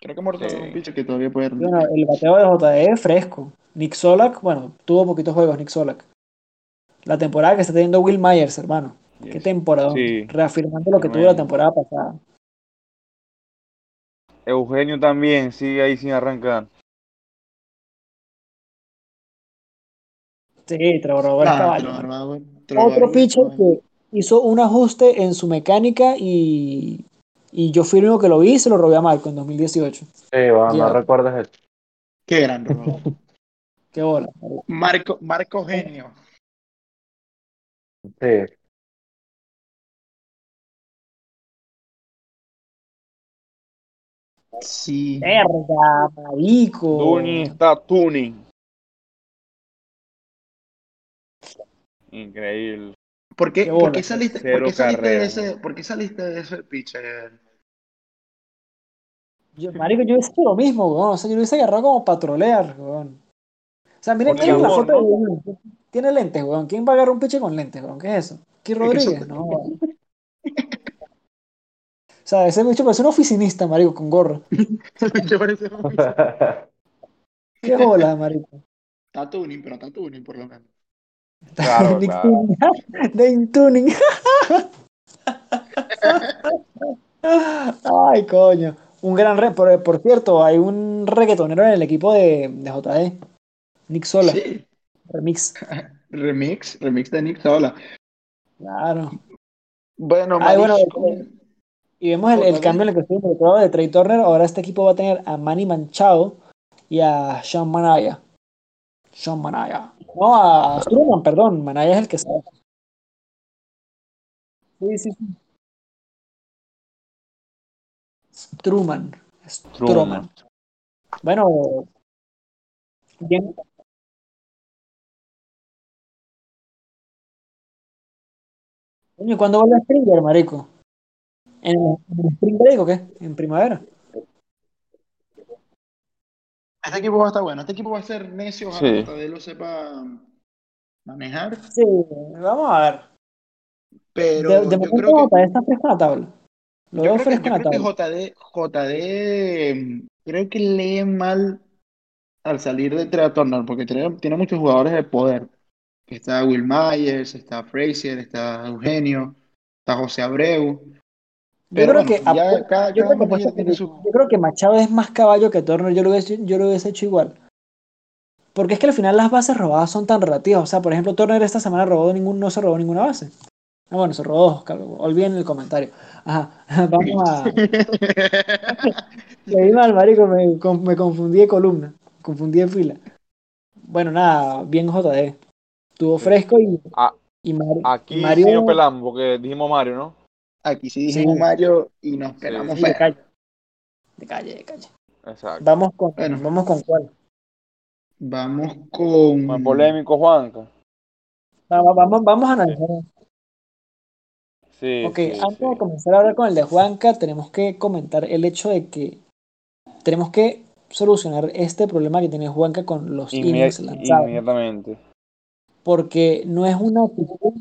S5: Creo que Morton es un
S2: Sí.
S5: bicho que todavía puede
S3: Y
S5: rendir.
S3: bueno, el bateo de JD fresco. Nick Solak, bueno, tuvo poquitos juegos Nick Solak. La temporada que está teniendo Will Myers, hermano. Qué
S2: Yes.
S3: temporada.
S2: Sí.
S3: Reafirmando lo que tuvo la
S2: Tremendo.
S3: temporada pasada.
S2: Eugenio también sigue ahí sin arrancar.
S3: Sí, Trevor Bauer está
S5: Nada,
S3: válido,
S5: Trevor
S3: man.
S5: Bauer. Trevor
S3: Otro
S5: Bauer está
S3: pitcher
S5: bueno.
S3: que hizo un ajuste en su mecánica y, y yo firmo que lo vi y se lo robé a Marco en 2018.
S1: Sí, bueno, no
S3: Ya,
S1: recuerdes eso.
S5: Qué gran robo.
S3: qué bola.
S5: Marco, Marco Genio.
S1: Sí.
S5: Sí.
S3: Verga, marico.
S2: Duni está tuning. Increíble.
S5: ¿Por qué,
S3: Qué
S5: por
S3: bola.
S5: qué saliste, por
S2: Cero
S5: qué saliste de
S2: carreras.
S5: ese, por qué saliste de ese pitcher?
S3: Yo, marico, yo hubiese hecho lo mismo, weón. O sea, yo lo hubiese agarrado como para trolear, weón. O sea, miren,
S2: Por
S3: miren la
S2: cagón,
S3: foto de
S2: ¿no?
S3: Dune. Tiene lentes, weón. ¿Quién va a agarrar un piche con lentes, weón? ¿Qué es eso? ¿Qué
S5: Es que eso,
S3: Rodríguez? No, weón. O sea, ese bicho parece un oficinista, marico, con gorro.
S5: el bicho parece un bicho.
S3: Qué bola, marico.
S5: Está tuning, pero está tuning por lo menos.
S2: Claro,
S3: Nick
S2: claro.
S3: Tuning. Dane Tuning. Ay, coño. Un gran re por, por cierto, hay un reggaetonero en el equipo de, de JD. Nick Sola,
S5: Sí.
S3: remix.
S5: Remix, remix de Nick Sola.
S3: Claro.
S5: Bueno,
S3: Ay, bueno,
S5: Marisco,
S3: y vemos el, el cambio en el que estoy involucrado de Trey Turner. Ahora este equipo va a tener a Manny Manchado y a Sean Manaya. Sean Manaya. No, a Truman, perdón. Manaya es el que sabe. Sí, sí, sí. Truman.
S2: Truman.
S3: Stroman. Bueno, Bien. Coño, ¿cuándo vuelve Springer, marico? ¿En, en Spring Break o qué? ¿En primavera?
S5: Este equipo va a estar bueno. Este equipo va a ser necio ojalá
S2: Sí.
S5: hasta de lo sepa manejar.
S3: Sí, vamos a ver.
S5: Pero
S3: de de
S5: yo
S3: momento
S5: creo que.
S3: JD está fresco en la tabla. Lo
S5: Yo
S3: veo
S5: creo que,
S3: fresco
S5: yo
S3: en la
S5: creo que
S3: tabla.
S5: JD, JD, creo que lee mal al salir de Treatornal, porque tiene, tiene muchos jugadores de poder. Está Will Myers, está Frazier, está Eugenio, está José Abreu.
S3: Yo
S5: Pero
S3: creo
S5: bueno,
S3: que
S5: ya
S3: apu-
S5: cada,
S3: yo creo
S5: cada
S3: que apuesta
S5: manager
S3: por
S5: tiene
S3: Rick.
S5: su...
S3: Yo creo que Machado es más caballo que Turner, yo lo hubiese, yo lo hubiese hecho igual. Porque es que al final las bases robadas son tan relativas. O sea, por ejemplo, Turner esta semana robó ningún, no se robó ninguna base. Ah, bueno, se robó dos, cabrón. Olviden el comentario. Ajá, vamos a. Le di mal, marico, me, con- me confundí de columna, confundí de fila. Bueno, nada, bien JD. Estuvo
S2: Sí.
S3: fresco y,
S2: Ah,
S3: y, Mar- y
S2: Aquí
S3: Mario.
S2: sí nos pelamos, porque dijimos Mario, ¿no?
S5: Aquí sí
S3: Sí.
S5: dijimos Mario y nos
S2: Sí.
S5: pelamos
S3: Sí, de
S5: feo.
S3: calle. De calle, de calle.
S2: Exacto.
S3: Vamos con,
S5: Bueno.
S3: vamos con cuál.
S5: Vamos
S2: Más
S3: Mm.
S5: con...
S2: polémico, Juanca.
S3: Va- va- Vamos, vamos a analizar.
S2: Sí,
S3: Ok,
S2: sí,
S3: antes
S2: sí.
S3: de comenzar a hablar con el de Juanca, tenemos que comentar el hecho de que tenemos que solucionar este problema que tiene Juanca con los
S2: Inmedi-
S3: innings lanzados.
S2: inmediatamente.
S3: Porque no es una actitud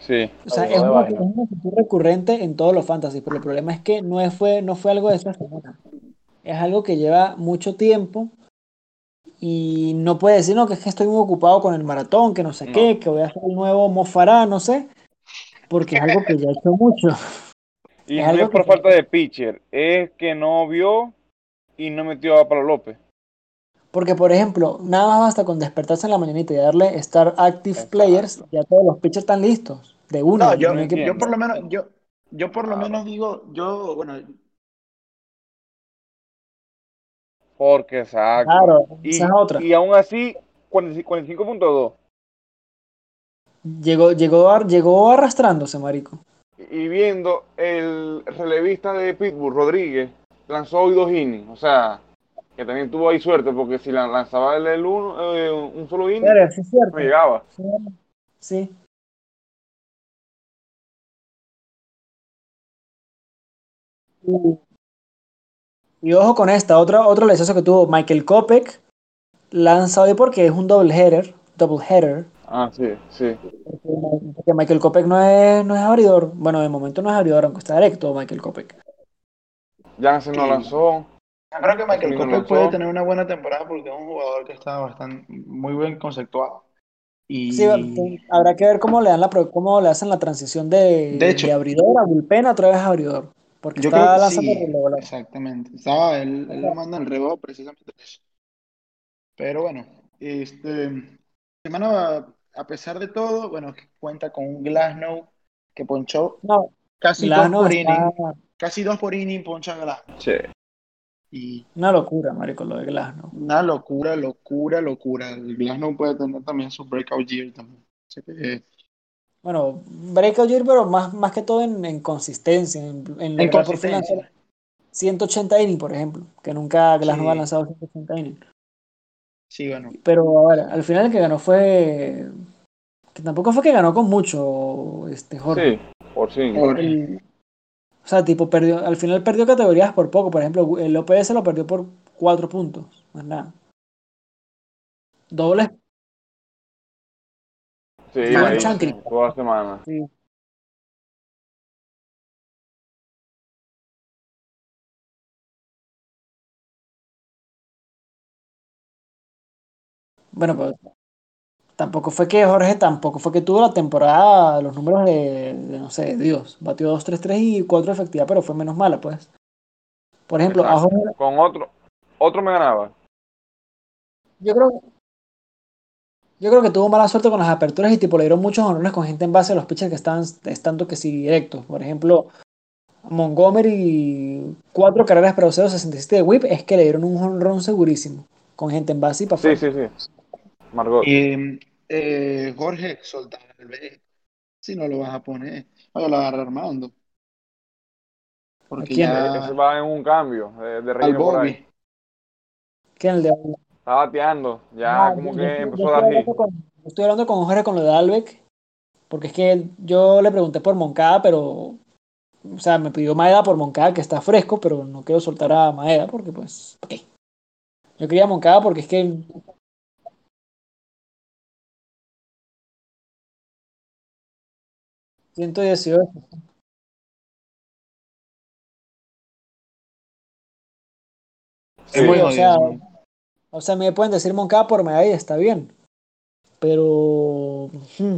S2: Sí.
S3: O sea,
S1: Algo
S3: es
S1: de
S3: una,
S1: vaina.
S3: es una actitud recurrente en todos los fantasies, pero el problema es que no es- fue, no fue algo de esta semana. Es algo que lleva mucho tiempo y no puede decir, no, que es que estoy muy ocupado con el maratón, que no sé
S2: No.
S3: qué, que voy a hacer el nuevo Mofará, no sé, porque es algo que ya he hecho mucho.
S2: Y
S3: Es
S2: no
S3: algo
S2: es por
S3: que-
S2: falta de pitcher, es que no vio y no metió a Pablo López.
S3: Porque, por ejemplo, nada más basta con despertarse en la mañanita y darle Start Active
S2: Exacto.
S3: Players, ya todos los pitchers están listos, de una,
S5: No,
S3: no
S5: yo,
S3: hay que
S5: yo por
S2: Entiendo.
S5: lo menos, yo, yo por lo
S2: Claro.
S5: menos digo, yo, bueno,
S2: Porque exacto.
S3: Claro, Ah, esa
S2: Y,
S3: es otra.
S2: y aún así, 45 45.2.
S3: Llegó, llegó, ar- llegó arrastrándose, marico.
S2: Y viendo el relevista de Pittsburgh, Rodríguez, lanzó hoy dos innings. O sea, que también tuvo ahí suerte, porque si la- lanzaba el, el uno, eh, un solo inning,
S3: Claro, sí es cierto.
S2: no llegaba.
S3: Sí. Y, Uh. y ojo con esta, otra, otro lechazo que tuvo Michael Kopek, lanza hoy porque es un double header, double header,
S2: Ah, sí, sí.
S3: porque Ma- porque Michael Kopek no es, no es abridor, bueno, de momento no es abridor, aunque está directo Michael Kopek.
S2: Jansen no
S5: que-
S2: lanzó.
S5: yo creo que Michael
S2: Smith no
S5: Kopech
S2: lanzó.
S5: puede tener una buena temporada porque es un jugador que está bastante, muy bien conceptuado.
S3: Sí, va-
S5: Y
S3: te- habrá que ver cómo le dan la, pro- cómo le hacen la transición de,
S5: de hecho,
S3: de abridor a bullpen a través de abridor, porque
S5: yo creo
S3: está
S5: que
S3: lanzando
S5: sí,
S3: regular.
S5: exactamente. Estaba, él, él lo manda en rebote precisamente por eso. Pero bueno, este, semana, a pesar de todo, bueno, cuenta con un Glasnow que ponchó
S3: No,
S5: casi dos
S3: Glasnow
S5: por
S3: está
S5: inning, casi dos por inning poncha Glasnow.
S2: Sí.
S5: Y
S3: una locura, marico, lo de Glasnow.
S5: Una locura, locura, locura. El Glasnow puede tener también su breakout year también. Así que, eh,
S3: Bueno, breakout year, pero más, más que todo en, en consistencia, en, en
S5: en
S3: lograr por fin lanzar
S5: consistencia.
S3: 180 innings, por ejemplo, que nunca Glasnow ha
S5: Sí,
S3: lanzado 180 innings.
S5: sí, bueno.
S3: Pero ahora, al final el que ganó fue, que tampoco fue que ganó con mucho, este Jorge.
S2: Sí, por cinco.
S5: Jorge.
S3: El, o sea, tipo, perdió, al final perdió categorías por poco. Por ejemplo, el OPS lo perdió por 4 puntos, más nada. Dobles,
S2: Sí,
S3: Dylan
S2: igualísimo.
S3: Chantilly.
S2: Toda la semana.
S3: Sí. Bueno, pero Tampoco fue que Jorge, tampoco fue que tuvo la temporada, los números de, de, no sé, de Dios. Batió 2-3-3 y 4 de efectividad, pero fue menos mala, pues. Por ejemplo, a
S2: Exacto.
S3: Jorge,
S2: Con otro, otro me ganaba.
S3: yo creo, yo creo que tuvo mala suerte con las aperturas y tipo le dieron muchos honores con gente en base a los pitchers que estaban estando que sí directos. Por ejemplo, Montgomery, 4 carreras para 0.67 de whip, es que le dieron un jonrón segurísimo con gente en base y para
S2: Sí,
S3: afuera.
S2: sí, sí. Margot.
S5: Eh, eh, Jorge, soltar el B. Si no lo vas a poner, vaya, lo agarra Armando. Porque
S3: ¿A quién?
S5: ya-
S2: Ese va en un cambio eh, de, de
S5: ah, al
S2: relleno por ahí.
S5: Bobby.
S3: ¿Quién el de
S2: Está bateando. Ya
S3: Ah,
S2: como
S3: yo-
S2: que
S3: yo estoy-
S2: empezó
S3: yo
S2: a
S3: estoy
S2: dar hit.
S3: hablando con- yo Estoy hablando con Jorge con lo de Albeck, porque es que él- yo le pregunté por Moncada, pero. O sea, me pidió Maeda por Moncada, que está fresco, pero no quiero soltar a Maeda, porque pues. ¿para qué? Yo quería Moncada porque es que. ¿118?
S5: Es muy
S3: Sí, Pues, o sea,
S5: jodido, man.
S3: O sea, me pueden decir Moncada por Maeda y está bien. Pero. hmm,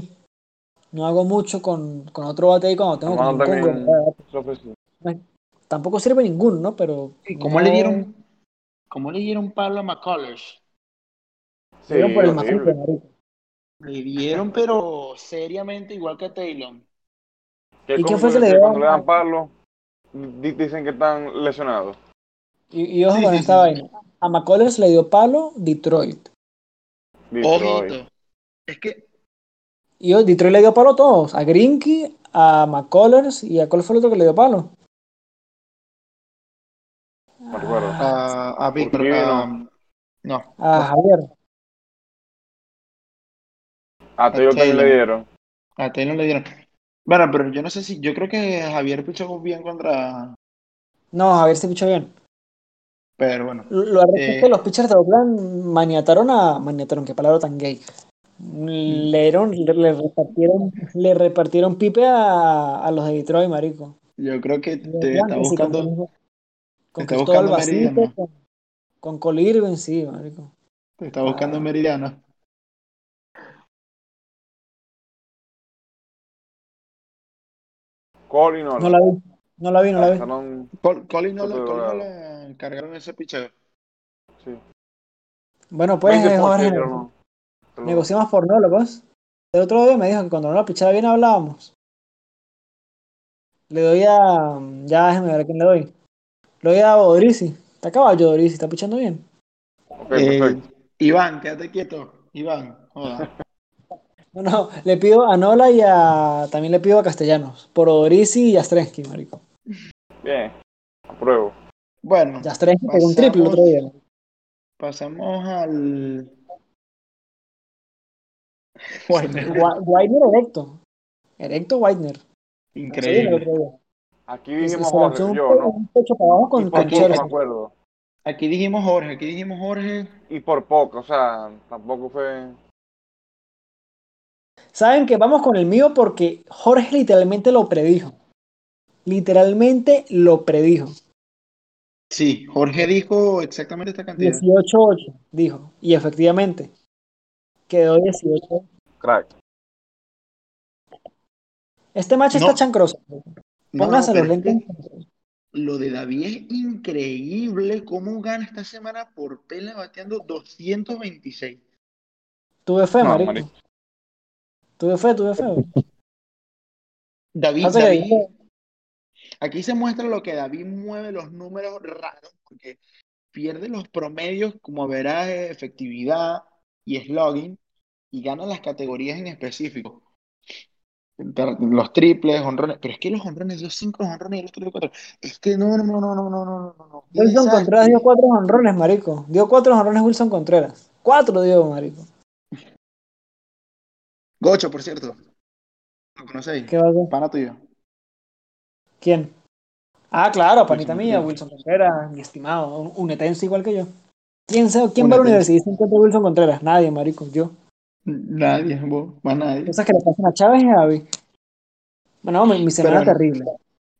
S3: no hago mucho con, con otro bate ahí cuando tengo
S2: Armando
S3: con un
S2: también
S3: congo.
S2: se ofreció.
S3: Tampoco sirve ninguno, ¿no? Pero.
S5: ¿Y ¿Cómo
S3: no-
S5: le dieron, cómo le dieron Pablo a McCullers?
S2: Sí,
S3: le dieron por el
S2: horrible.
S3: macuco, marico.
S5: Le dieron, pero seriamente, igual que a Taylor.
S2: Que
S3: ¿Y quién
S2: coño
S3: fue el que le Ah.
S2: que
S3: dio
S2: cuando
S3: a-
S2: le dan palo, di- dicen que están lesionados.
S3: Y, y ojo
S5: Sí,
S3: con
S5: sí,
S3: esta
S5: sí.
S3: vaina. A McCullers le dio palo Detroit.
S2: Detroit.
S5: Ojito. Es que
S3: Y oh, Detroit le dio palo a todos. A Grinky, a McCullers y a cuál fue el otro que le dio palo.
S2: No recuerdo. Ah,
S5: Ah, a, a Víctor,
S2: Urquidi
S5: a-
S2: no.
S5: no,
S3: A Javier. Ah,
S2: A Taylor también le
S5: Taylor.
S2: dieron.
S5: a Taylor le dieron. Bueno, pero yo no sé si, yo creo que Javier pichó bien contra,
S3: No, Javier se pichó bien.
S5: pero bueno,
S3: Lo lo arrecho es
S5: Eh.
S3: que los pitchers de Oakland maniataron a. Maniataron, qué palabra tan gay.
S5: Mm.
S3: Le, dieron- le, le repartieron, le repartieron pipe a, a los de Detroit, marico.
S5: yo creo que
S3: Y Oakland
S5: te está
S3: que sí, con,
S5: buscando,
S3: con
S5: está
S3: Cristóbal
S5: buscando
S3: Basile,
S5: meridiano.
S3: con, con Cole Irving, sí, marico.
S5: te está buscando meridiano.
S2: Corey no.
S3: No la vi, no la vi, no la vi.
S2: Lanzaron.
S5: Col- Colin no le,
S2: Súper
S5: Colin no
S2: dorado.
S5: le cargaron ese picheo.
S2: Sí.
S3: Bueno, pues,
S2: 20
S3: eh,
S2: ponches
S3: Jorge,
S2: pero no. Pero no.
S3: negociamos por no, locos. El otro día me dijo que cuando no la pichaba bien hablábamos. Le doy a. Ya déjeme ver a quién le doy. Le doy a Odrisi. Está caballo Odrisi, está pichando bien.
S2: Ok,
S5: Eh,
S2: perfecto.
S5: Iván, quédate quieto. Iván, joda.
S3: No, no, le pido a Nola y a. También le pido a Castellanos. Por Odrisi y Jastrensky, marico. Eh.
S2: Bien. Apruebo.
S5: Bueno,
S3: Jastrensky pegó un triple el otro
S5: Pasamos.
S3: día.
S5: pasamos al Warner.
S3: Wa- Whitener erecto. Erecto Whitener. Se vio el
S5: Increíble.
S3: otro día.
S2: Aquí
S3: Y se,
S2: dijimos
S3: Pues, se lanzó
S2: Jorge,
S3: un,
S2: yo,
S3: pe-
S2: ¿no?
S3: un pecho para abajo
S2: Y
S3: con,
S2: por
S3: con
S5: Aquí-
S2: poco me
S3: shorts.
S2: acuerdo.
S5: Aquí dijimos Jorge, aquí dijimos Jorge.
S2: Y por poco, o sea, tampoco fue.
S3: Saben que vamos con el mío porque Jorge literalmente lo predijo. Literalmente lo predijo.
S5: Sí, Jorge dijo exactamente esta cantidad.
S3: 18-8, dijo. Y efectivamente, quedó 18.
S2: Crack.
S3: Este macho
S5: No.
S3: está chancroso.
S5: No, no,
S3: Pónganse
S5: pero
S3: los
S5: es
S3: lentes.
S5: que lo de David es increíble cómo gana esta semana por pela bateando 226.
S3: Tuve fe,
S2: No,
S3: marico.
S2: marico.
S3: Tuve fe, tuve fe.
S5: David,
S3: Pasa que
S5: David,
S3: David-
S5: aquí se muestra lo que David mueve los números raros, porque pierde los promedios como verás eh, efectividad y slogan y gana las categorías en específico. Pero Los triples, honrones, pero es que los honrones dio cinco honrones y el otro dio cuatro. Es que no, no, no, no, no, no, no, no, no, qué
S3: Wilson Contreras dio
S5: desastre.
S3: cuatro honrones, marico. Dio cuatro honrones Wilson Contreras. Cuatro dio, marico.
S5: Gocho, por cierto, ¿lo conocéis?
S3: ¿Qué va a hacer?
S5: Pana tuyo.
S3: ¿Quién? Ah, claro, panita
S5: Wilson
S3: mía,
S5: Contreras.
S3: Wilson Contreras, mi estimado, un, unetense igual que yo. ¿Quién, se- quién va a la
S5: Unetense.
S3: universidad y se encuentra a Wilson Contreras? Nadie, marico, yo.
S5: Nadie, vos, más nadie.
S3: Cosas que le pasan a Chávez y a David. Bueno, mi, mi
S5: Pero
S3: semana
S5: bueno,
S3: terrible.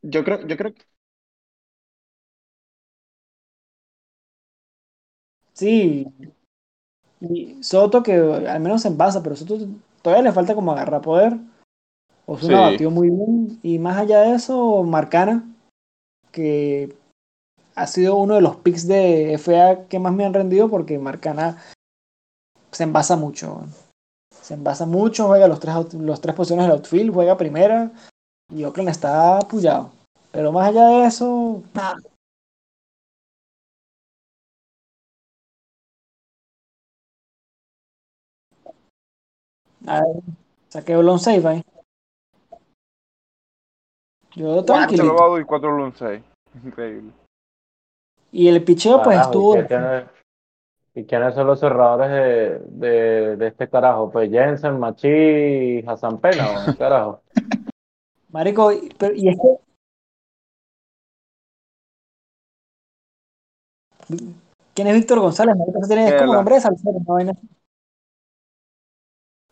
S5: yo creo, yo creo que
S3: Sí, y Soto que al menos en base, pero Soto todavía le falta como agarrar poder. Osuna
S2: Sí.
S3: batió muy bien. Y más allá de eso, Marcana, que ha sido uno de los picks de FA que más me han rendido porque Marcana se envasa mucho. Se envasa mucho, juega los tres, out- los tres posiciones del outfield, juega primera y Oakland está apoyado. Pero más allá de eso, nada. A ver, saqué un long save ahí. Yo
S2: Cuatro
S3: tranquilito.
S2: lavados y cuatro lunces. Increíble.
S3: Y el picheo, pues
S1: Carajo,
S3: estuvo.
S1: ¿y, qué tiene- y quiénes son los cerradores de, de, de este carajo? Pues Jensen, Machi y Hassan Pena, weón, carajo.
S3: Marico, y- pero- y es que- ¿Quién es Víctor González? Marico, Eso tiene- es como
S2: Mierda.
S3: nombre de salsero, una vaina así.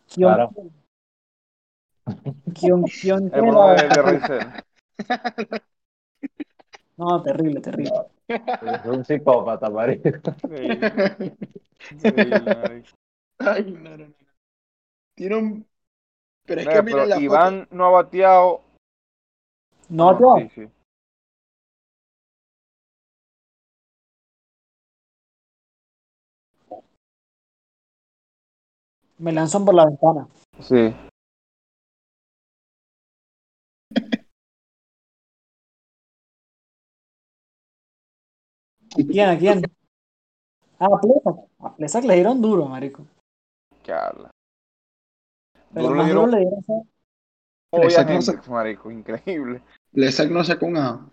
S3: Kion-
S1: Claro.
S3: Kion- Kion-
S2: El mono de, de Raizel.
S3: No, terrible, terrible.
S1: Es un psicópata, marico.
S2: Increíble. Increíble, marico.
S5: Ay, no, no, no. Tiene un. Pero es
S2: Mira,
S5: que mira la
S2: pero
S5: foto.
S2: Iván no ha bateado.
S3: No,
S2: tío.
S3: tío.
S2: Sí, sí.
S3: Me lanzan por la ventana.
S2: Sí.
S3: ¿A quién? ¿A quién? Ah, a Plesak. A Plesak le dieron duro, marico.
S2: ¿Qué habla?
S3: Pero
S2: Duro le
S3: más duro
S2: dieron
S3: le dieron fue-
S2: hoy a
S5: Exacto, no sé.
S2: Hendrix, marico. Increíble.
S5: Le sac no sacó un A.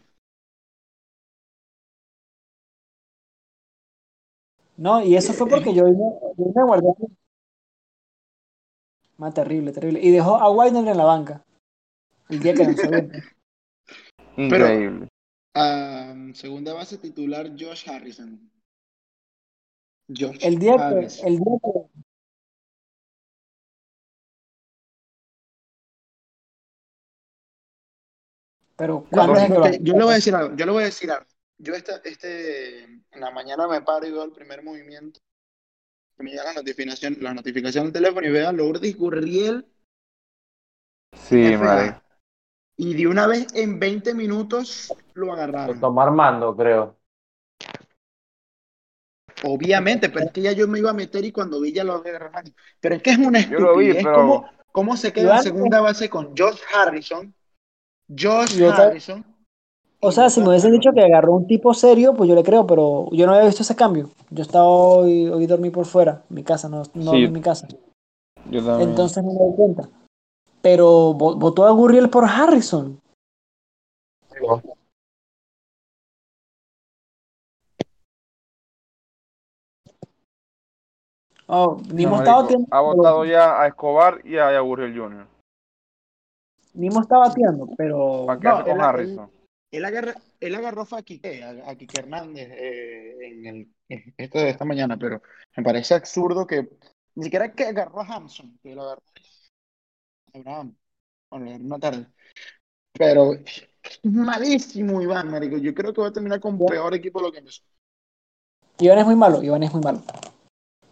S3: No, y eso fue porque yo me, yo me guardé. Más terrible, terrible. Y dejó a Wilder en la banca. El día que lanzó bien.
S2: Increíble.
S5: Ah, segunda base titular Josh Harrison. Josh
S3: El día que.
S5: Harrison.
S3: El día que Pero,
S5: No,
S3: ¿cuándo es el que lo
S5: sino que yo le voy a decir algo, yo le voy a decir algo. Yo esta, este, en la mañana me paro y veo el primer movimiento. y Me llegan las notificaciones, las notificaciones del teléfono y veo a Lourdes Gurriel
S2: Sí,
S5: FA.
S2: marico.
S5: Y de una vez en 20 minutos lo agarraron.
S1: Tomar mando, creo.
S5: Obviamente, pero es que ya yo me iba a meter y cuando vi ya lo agarraron. Pero es que es una
S2: Yo lo vi,
S5: estupidez.
S2: pero-
S5: ¿Cómo, cómo se queda en
S3: Iván-
S5: segunda base con Josh Harrison? Josh
S3: Y otra-
S5: Harrison.
S3: O
S5: y
S3: sea, si
S5: otra-
S3: me hubiesen dicho que agarró un tipo serio, pues yo le creo, pero yo no había visto ese cambio. Yo estaba hoy, hoy dormí por fuera, en mi casa, no, no
S2: Sí.
S3: en mi casa.
S2: Yo también.
S3: Entonces no me doy cuenta. Pero vo- votó a Gurriel por Harrison. Oh, Nimo,
S2: No,
S3: estaba
S2: marico,
S3: bateando,
S2: ha votado ya a Escobar y a Gurriel Jr.
S3: Nimo está bateando, pero
S2: ¿Para qué
S5: No,
S2: hace con
S5: él- él-
S2: Harrison?
S5: Él, agarra, él agarró fue a Quique, a, a Quique Hernández eh, en el, en esto de esta mañana, pero me parece absurdo que ni siquiera que agarró a Hamson, que lo agarró a Abraham, bueno, no tarde. Pero es malísimo, Iván, marico. Yo creo que va a terminar con peor equipo de lo que empezó.
S3: Iván es muy malo, Iván es muy malo.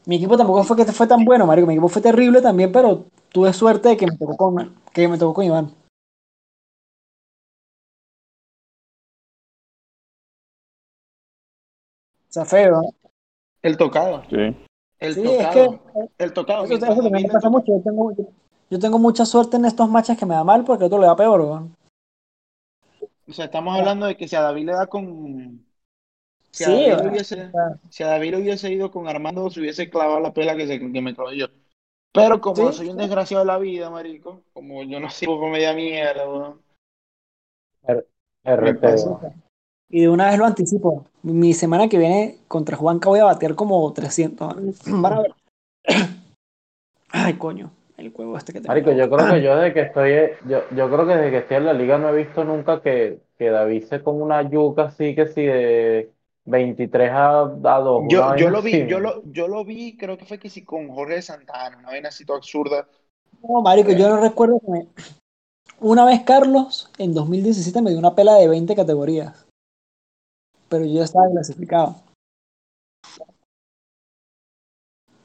S3: Mi equipo tampoco fue que fue tan bueno, marico. Mi equipo fue terrible también, pero tuve suerte de que me tocó con, que me tocó con Iván. O sea, feo. ¿eh?
S5: El tocado,
S2: Sí.
S5: el
S3: Sí, es que
S5: tocado,
S3: eh,
S5: el tocado. pues,
S3: eso, eso
S5: mientras a mí
S3: también me
S5: me
S3: pasa
S5: toca-
S3: mucho. Yo tengo, yo, yo tengo mucha suerte en estos matches que me da mal porque otro le da peor, weón.
S5: O sea, estamos hablando de que si a David le da con. Si a
S3: Sí,
S5: David le
S3: weón.
S5: hubiese,
S3: sea,
S5: si a David le hubiese ido con Armando, se hubiese clavado la pela que, se, que me clavé yo. Pero como
S3: Sí.
S5: soy un desgraciado de la vida, marico, como yo no sirvo por media mierda, weón. Me
S1: RT.
S5: pasa.
S1: weón.
S3: Y de una vez lo anticipo. Mi semana que viene contra Juanca voy a batear como 300. Van a ver. Ay, coño. El juego este que tengo.
S1: Marico, yo creo que yo desde que estoy, eh, yo, yo creo que desde que estoy en la liga no he visto nunca que, que David se como una yuca así que si de 23 a, a 2.
S5: Yo,
S1: una
S5: yo
S1: vaina
S5: lo vi,
S1: así.
S5: yo lo, yo lo vi, creo que fue que sí con Jorge Santana, una vaina así toda absurda.
S3: No, marico, yo no recuerdo que me- Una vez Carlos, en 2017, me dio una pela de 20 categorías. Pero yo ya estaba clasificado.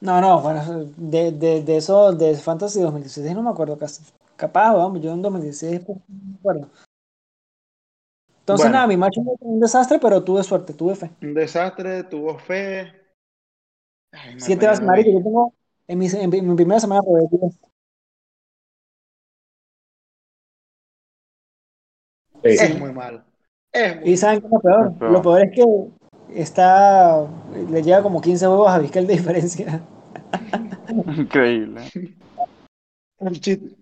S3: No, no, bueno, de, de, de eso, de Fantasy 2016 no me acuerdo casi. Capaz, vamos, yo en 2016 pues, no me acuerdo. Entonces,
S5: Bueno.
S3: nada, mi macho fue un desastre, pero tuve suerte, tuve fe.
S5: Un desastre, tuvo fe. Ay, no,
S3: Siete
S5: coño,
S3: bases,
S5: no
S3: marico,
S5: vi.
S3: yo tengo. En mi, en mi- en mi primera semana robé 10.
S1: Sí.
S5: Es muy malo. Es muy
S3: ¿Y saben qué es lo peor?
S2: Es peor.
S3: Lo peor es que está. Le lleva como 15 juegos a Vizquel de diferencia.
S2: Increíble.
S5: El chiste,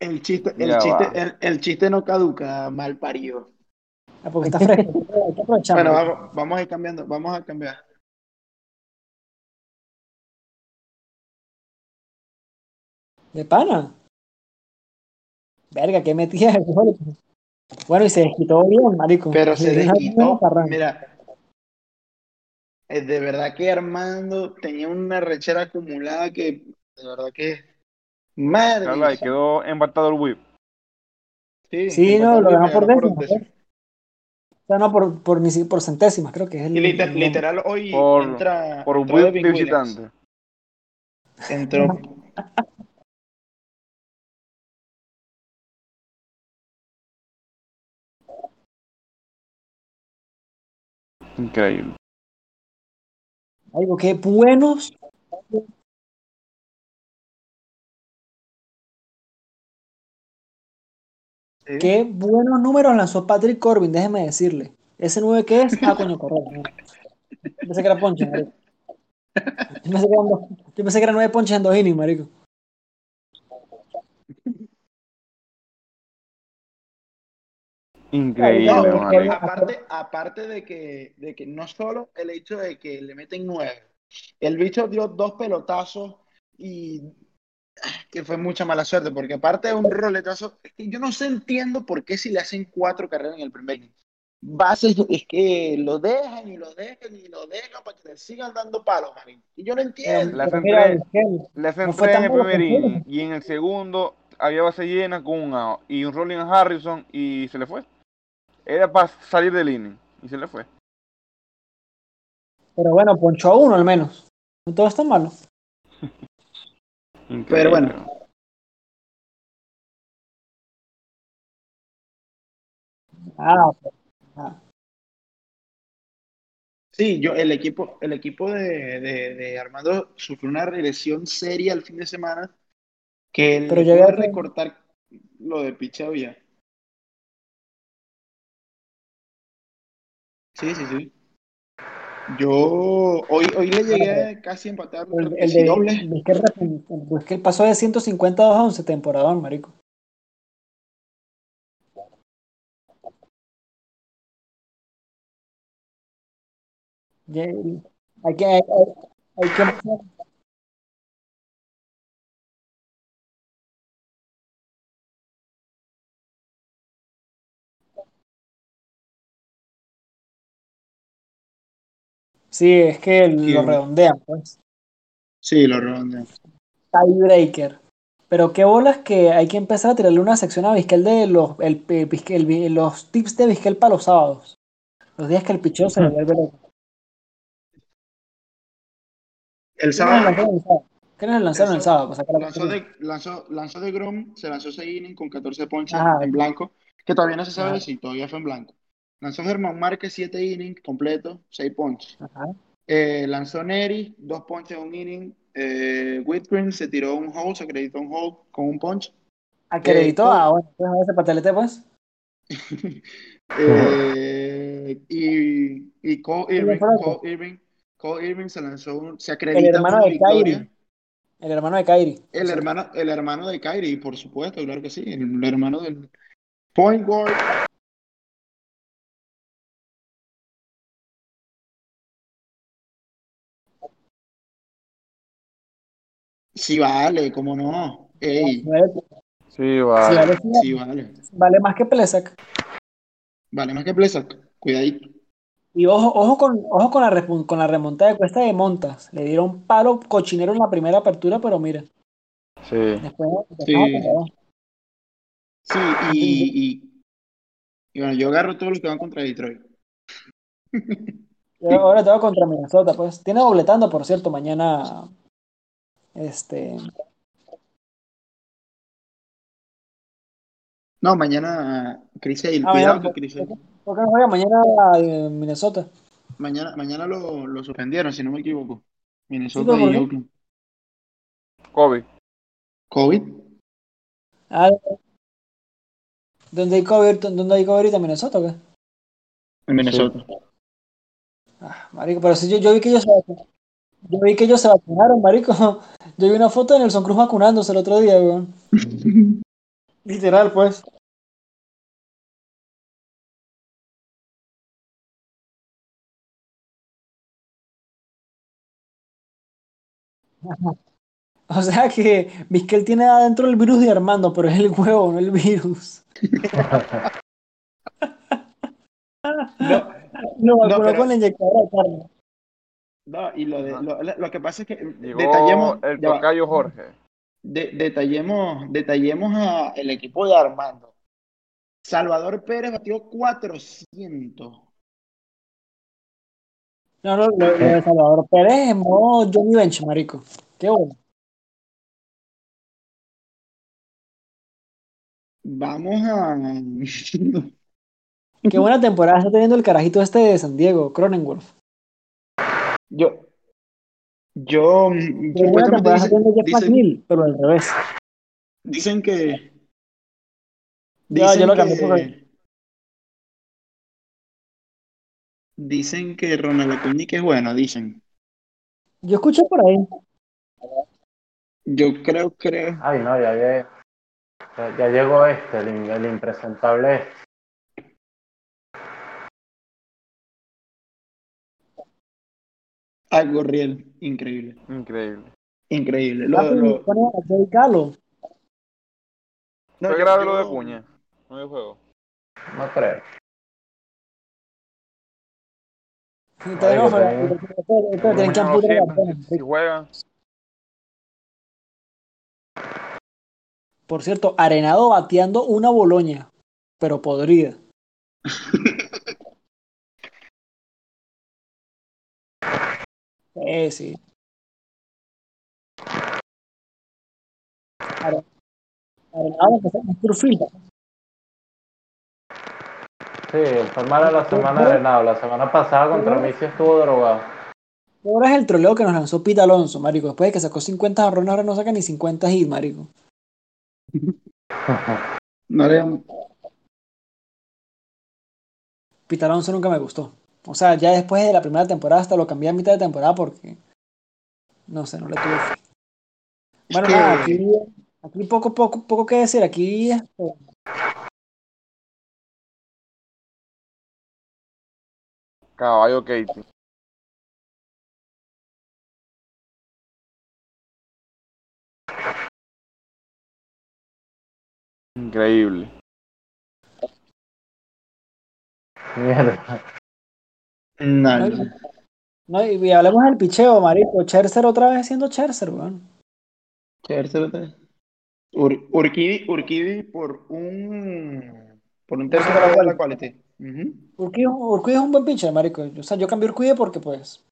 S5: el chiste, el
S2: Ya
S5: chiste,
S2: va.
S5: el, el chiste no caduca, mal parido.
S3: Ah, porque está fresco. Hay que aprovecharlo.
S5: Bueno, vamos, vamos a ir cambiando, vamos a cambiar.
S3: De pana. Verga, qué metida de gol. Bueno, y se desquitó bien, marico.
S5: Pero
S3: Le
S5: se
S3: dio una buena
S5: desquitó.
S3: parranda.
S5: Mira, eh, de verdad que Armando tenía una rechera acumulada que, de verdad que, madre.
S2: Carla, y quedó empatado el whip.
S5: Sí,
S3: Sí,
S5: empató
S3: no,
S5: el
S3: lo ganó
S5: Luis,
S3: por
S5: ganó
S3: décimas, O sea, no, por, por, ni si- por centésimas, creo que es el.
S5: Y liter-
S3: el-
S5: literal, hoy
S2: Por-
S5: entra,
S2: Por un
S5: entró
S2: whip
S5: Devin
S2: de
S5: Williams.
S2: visitante.
S5: Entró.
S2: Increíble.
S3: Algo que buenos.
S5: Sí.
S3: Qué buenos números lanzó Patrick Corbin, déjeme decirle. Ese 9 que es, ah, coño, correcto. Yo pensé que era ponche, marico. Yo pensé que eran, dos- yo pensé que eran nueve ponches en dos innings, marico.
S5: No,
S2: Increíble,
S5: porque
S2: marico.
S5: aparte, aparte de que, de que no solo el hecho de que le meten nueve, el bicho dio dos pelotazos y ah, que fue mucha mala suerte, porque aparte de un roletazo, es que yo no sé entiendo por qué si le hacen cuatro carreras en el primer inning. Bases es que lo dejan y lo dejan y lo dejan para que le sigan dando palos, marico. Y yo no entiendo.
S2: La
S3: Pero
S2: hacen
S3: mira,
S2: tres.
S3: Vizquel,
S2: Le hacen
S3: No fue
S2: tres
S3: tan
S2: en el
S3: malo
S2: primer
S3: tampoco.
S2: inning y en el segundo había base llena con un out y un rolling a Harrison y se le fue. Era para salir del inning y se le fue.
S3: pero bueno, ponchó a uno al menos. No todo es tan malo.
S2: Increíble.
S5: Pero bueno.
S3: Ah, ok.
S5: Sí, yo, el equipo, el equipo de, de- de Armando sufrió una regresión seria el fin de semana que
S3: Pero
S5: le
S3: yo
S5: pudo
S3: había-
S5: recortar lo de picheo ya. Sí, sí, sí. Yo hoy, hoy le llegué casi a empatar
S3: el,
S5: que
S3: el
S5: si
S3: de pues,
S5: doble.
S3: Vizquel, repuntó. Vizquel pasó de 150 a 11 temporadón, marico. Ya- Hay que, hay, hay- hay que empezar. Sí, es que lo
S5: ¿Quién?
S3: redondean, pues.
S5: Sí, lo redondeé.
S3: Tiebreaker. Pero qué bolas que hay que empezar a tirarle una sección a Vizquel de los, el, el Vizquel- el- los tips de Vizquel para los sábados. Los días que el picheo se le vuelve loco.
S5: El
S3: ¿Quiénes le
S5: sábado
S3: lanzaron el sábado? ¿Quiénes le lanzaron el
S5: Eso-
S3: sábado? Para sacar la
S5: lanzó de, lanzó, lanzó de Grom, se lanzó ese inning con 14 ponches
S3: Ajá.
S5: en blanco, que todavía no se sabe
S3: Ajá.
S5: si todavía fue en blanco. Lanzó Germán Márquez 7 innings completo, 6 ponches.
S3: Ajá.
S5: Eh, lanzó Neri, 2 ponches en un inning. Eh, Whitgreen se tiró un hold, se acreditó un hold con un punch.
S3: Acreditó
S5: Eh,
S3: a ah, bueno, entonces a ese patelete, pues.
S5: Eh, y, y Cole
S3: Muy bien
S5: Irving,
S3: por eso.
S5: Cole Irving, Cole Irving se lanzó, un- se
S3: El
S5: acredita
S3: hermano
S5: una
S3: de
S5: victoria.
S3: Kairi. El hermano de Kairi. por
S5: El
S3: cierto.
S5: hermano, el hermano de Kyrie, por supuesto, claro que sí. El, hermano del Point Guard. Sí, vale, cómo no.
S3: Si
S5: Ey,
S3: vale,
S2: Sí,
S3: si
S2: vale.
S3: vale,
S5: Ah, sí, vale.
S3: vale más que Plesak.
S5: Vale más que Plesak. Cuidadito.
S3: Y ojo, ojo con, ojo con la, repun- con la remontada de cuesta de Montas. Le dieron palo cochinero en la primera apertura, pero mira,
S2: Sí.
S3: después después
S5: Sí,
S3: apretó.
S5: sí, y, y, y bueno, yo agarro todos los que van contra Detroit.
S3: Y ahora te va contra Minnesota, pues. Tiene dobletando, por cierto, mañana. Este.
S5: No, mañana Chris Hale,
S3: Ah, mañana.
S5: cuidado que Chris Hale.
S3: ¿Por qué no juega mañana eh, Minnesota?
S5: Mañana, mañana lo, lo suspendieron, si no me equivoco.
S3: Sí,
S5: Minnesota
S3: pero ¿por
S5: y
S3: qué?
S5: Oakland.
S2: Kobe.
S5: COVID.
S3: Ah, ¿dónde hay cover, dónde hay cover ahorita? ¿Minnesota o qué?
S5: En Minnesota.
S3: Ah, marico, pero si yo, yo vi que ellos, Yo vi que ellos se vacunaron, marico. Yo vi una foto de Nelson Cruz vacunándose el otro día, weón. Literal, pues. O sea que Vizquel tiene adentro el virus de Armando, pero es el huevo, no el virus.
S5: No,
S3: Lo vacunó
S5: pero-
S3: con la inyectadora de carne.
S5: no, y lo, de- lo, lo que pasa es que
S2: Llegó
S5: detallemos,
S2: el
S5: ya va.
S2: tocayo Jorge.
S5: De- detallemos, detallemos a el equipo de Armando. Salvador Pérez batió 400.
S3: No, no, lo, lo de Salvador Pérez es modo Johnny Bench, marico. Qué bueno.
S5: Vamos a.
S3: Qué buena temporada está teniendo el carajito este de San Diego, Cronenworth.
S5: Yo. Yo. mm,
S3: Qué buena
S5: supuestamente
S3: temporada está
S5: dicen,
S3: teniendo Jeff
S5: dicen-
S3: McNeil, pero al revés.
S5: dicen que.
S3: Ya,
S5: Dicen
S3: yo lo cambié por-
S5: que. Dicen que Ronald Acuña que es bueno, dicen.
S3: Yo escuché por ahí.
S5: Yo creo, creo.
S1: Ay, no, ya, lle- ya, ya llegó este, el, in- el impresentable este.
S5: A Gurriel. Increíble.
S2: Increíble.
S5: Increíble. Lo-
S3: Ah, pero
S5: lo-
S3: pone a Joey Calo.
S5: no,
S2: Fue
S5: yo-
S2: grave lo de
S5: yo-
S2: Cuña. No hay juego.
S1: No creo.
S3: Y todavía no,
S1: Marico,
S3: pero-
S1: también.
S3: pero- pero- pero tienen que
S2: Mañana
S3: amputar la
S2: lo sientan,
S3: pena.
S2: si- Si juegan.
S3: Por cierto, Arenado bateando una Boloña, pero podrida. Eh, sí. Are- Arenado, que es Trufilda.
S1: Sí, fue mala la semana de Arenado. La semana pasada contra mí sí estuvo drogado.
S3: Ahora es el troleo que nos lanzó Pete Alonso, marico. Después de que sacó 50 jarrones, ahora no saca ni 50 hits, marico.
S5: No le,
S3: Pete Alonso nunca me gustó. O sea, ya después de la primera temporada hasta lo cambié a mitad de temporada porque... No sé, no le tuve fe. Bueno,
S5: que-
S3: nada, aquí, aquí poco, poco, poco que decir. Aquí... este,
S2: Caballo Katie. Increíble.
S1: Mierda.
S5: No,
S3: No,
S5: no.
S3: y- no, y, y hablemos del picheo, marico. Cherser otra vez siendo Cherser, weón.
S5: Chévere, otra. Ur- Urquidy, Urquidy por un por un tercio
S3: Por la
S5: de la quality.
S3: Urquijo, Urquijo es un buen pitcher, marico. O sea, yo cambié Urquijo porque, pues...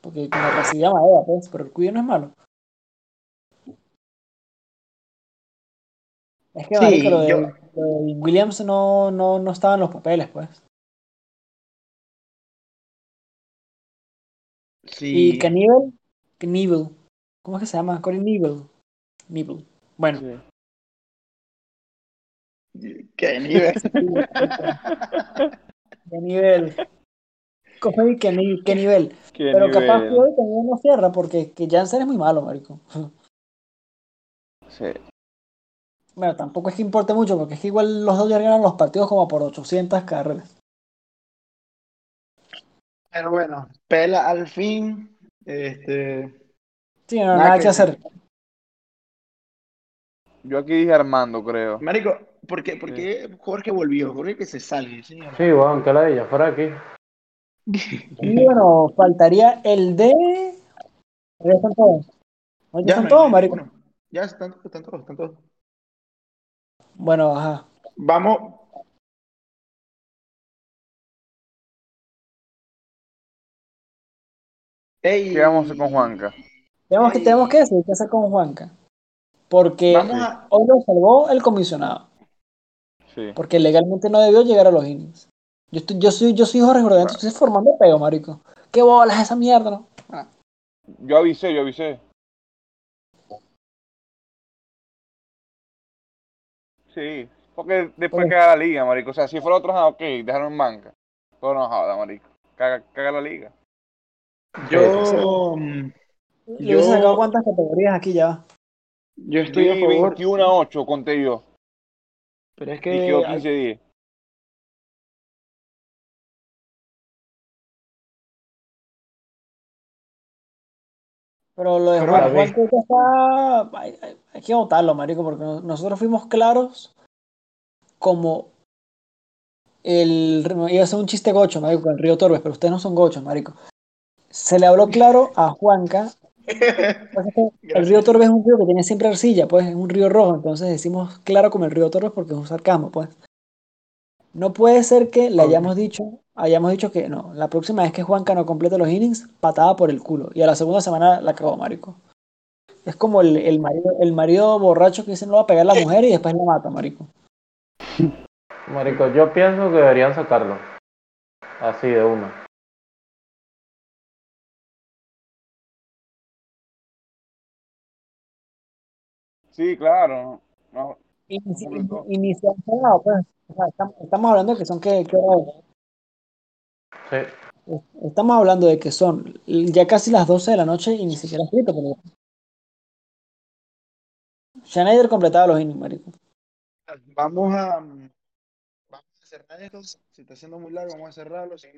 S3: Porque con la tracidad madera, pues. Pero Urquijo no es malo. Es que,
S5: Sí,
S3: marico, lo de,
S5: yo-
S3: lo de Williams no, no, no estaba en los papeles, pues.
S5: Sí.
S3: Y Caníbal, Knievel, ¿cómo es que se llama? Corey Knievel. Knievel. Bueno,
S5: Qué nivel.
S3: qué nivel. Corey Knie- qué nivel.
S2: Qué
S3: Pero capaz
S2: nivel.
S3: que hoy también no cierra porque que Jansen es muy malo, marico.
S2: Sí.
S3: Bueno, tampoco es que importe mucho porque es que igual los Dodgers ganan los partidos como por 800 carreras.
S5: Pero bueno, pela al fin. Este,
S3: Sí, no,
S5: Nada
S3: nada
S5: que
S3: que hacer.
S2: Yo aquí dije Armando, creo.
S5: marico, ¿por qué, por qué Jorge volvió? Jorge que se salga, sí.
S1: Sí, weón, qué ladilla, fuera aquí.
S3: Y bueno, faltaría el de... Ahí están todos. No, ya
S5: Ya
S3: están
S5: no hay
S3: todos,
S5: más
S3: marico.
S5: ninguno. Ya están, están todos, están todos.
S3: Bueno, ajá.
S5: Vamos. Ey.
S2: Quedamos con Juanca.
S3: Tenemos que, tenemos que decir qué hacer con Juanca. Porque
S5: Eh, Vamos a,
S3: hoy lo salvó el comisionado.
S2: Sí.
S3: Porque legalmente no debió llegar a los innings. Yo, estoy- yo, soy, yo soy Jorge Jordán, estoy formando peo, marico. ¿Qué bolas esa mierda? no? Ah,
S2: Yo avisé, yo avisé. Sí, porque después
S5: Oh.
S3: Oye.
S2: caga la liga, marico. O sea, si fuera otro, ah, ok, dejaron en banca. Pero no joda, marico. Caga, caga la liga.
S5: Yo, mm,
S3: Le hubiese
S5: Yo-
S3: sacado cuántas categorías aquí ya va.
S5: yo estoy a
S2: Estoy
S5: favor,
S2: 21 a 8, conté yo.
S5: pero es
S2: Y quedó
S5: que
S2: 15 a 10.
S3: Pero lo de
S5: Pero
S3: Juan,
S5: bueno,
S3: Juan
S5: ve.
S3: creo que está. Hay, hay- hay que votarlo, marico, porque no- nosotros fuimos claros como el. Iba a ser un chiste gocho, marico, con el Río Torbes, pero ustedes no son gochos, marico. Se le habló claro a Juanca. Pues es que El río Torbes es un río que tiene siempre arcilla, pues es un río rojo, entonces decimos claro como el río Torbes porque es un sarcasmo, pues. No puede ser que le hayamos dicho, hayamos dicho que no, la próxima vez que Juanca no complete los innings, patada por el culo. Y a la segunda semana la cagó, marico. Es como el, el marido, el marido borracho que dice no va a pegar a la mujer y después la mata, marico.
S1: Marico, yo pienso que deberían sacarlo. Así de una.
S2: Sí, claro. No,
S3: Y, ni si-
S2: Completó.
S3: y ni se han pegado, pues. O sea, estamos, estamos hablando de que son que... que hora es?
S1: Sí.
S3: Estamos hablando de que son ya casi las 12 de la noche y ni siquiera ha escrito. Pero... Schneider completaba los innings, marico.
S5: vamos a, vamos a cerrar esto. Si está siendo muy largo, vamos a cerrarlo. Seguimos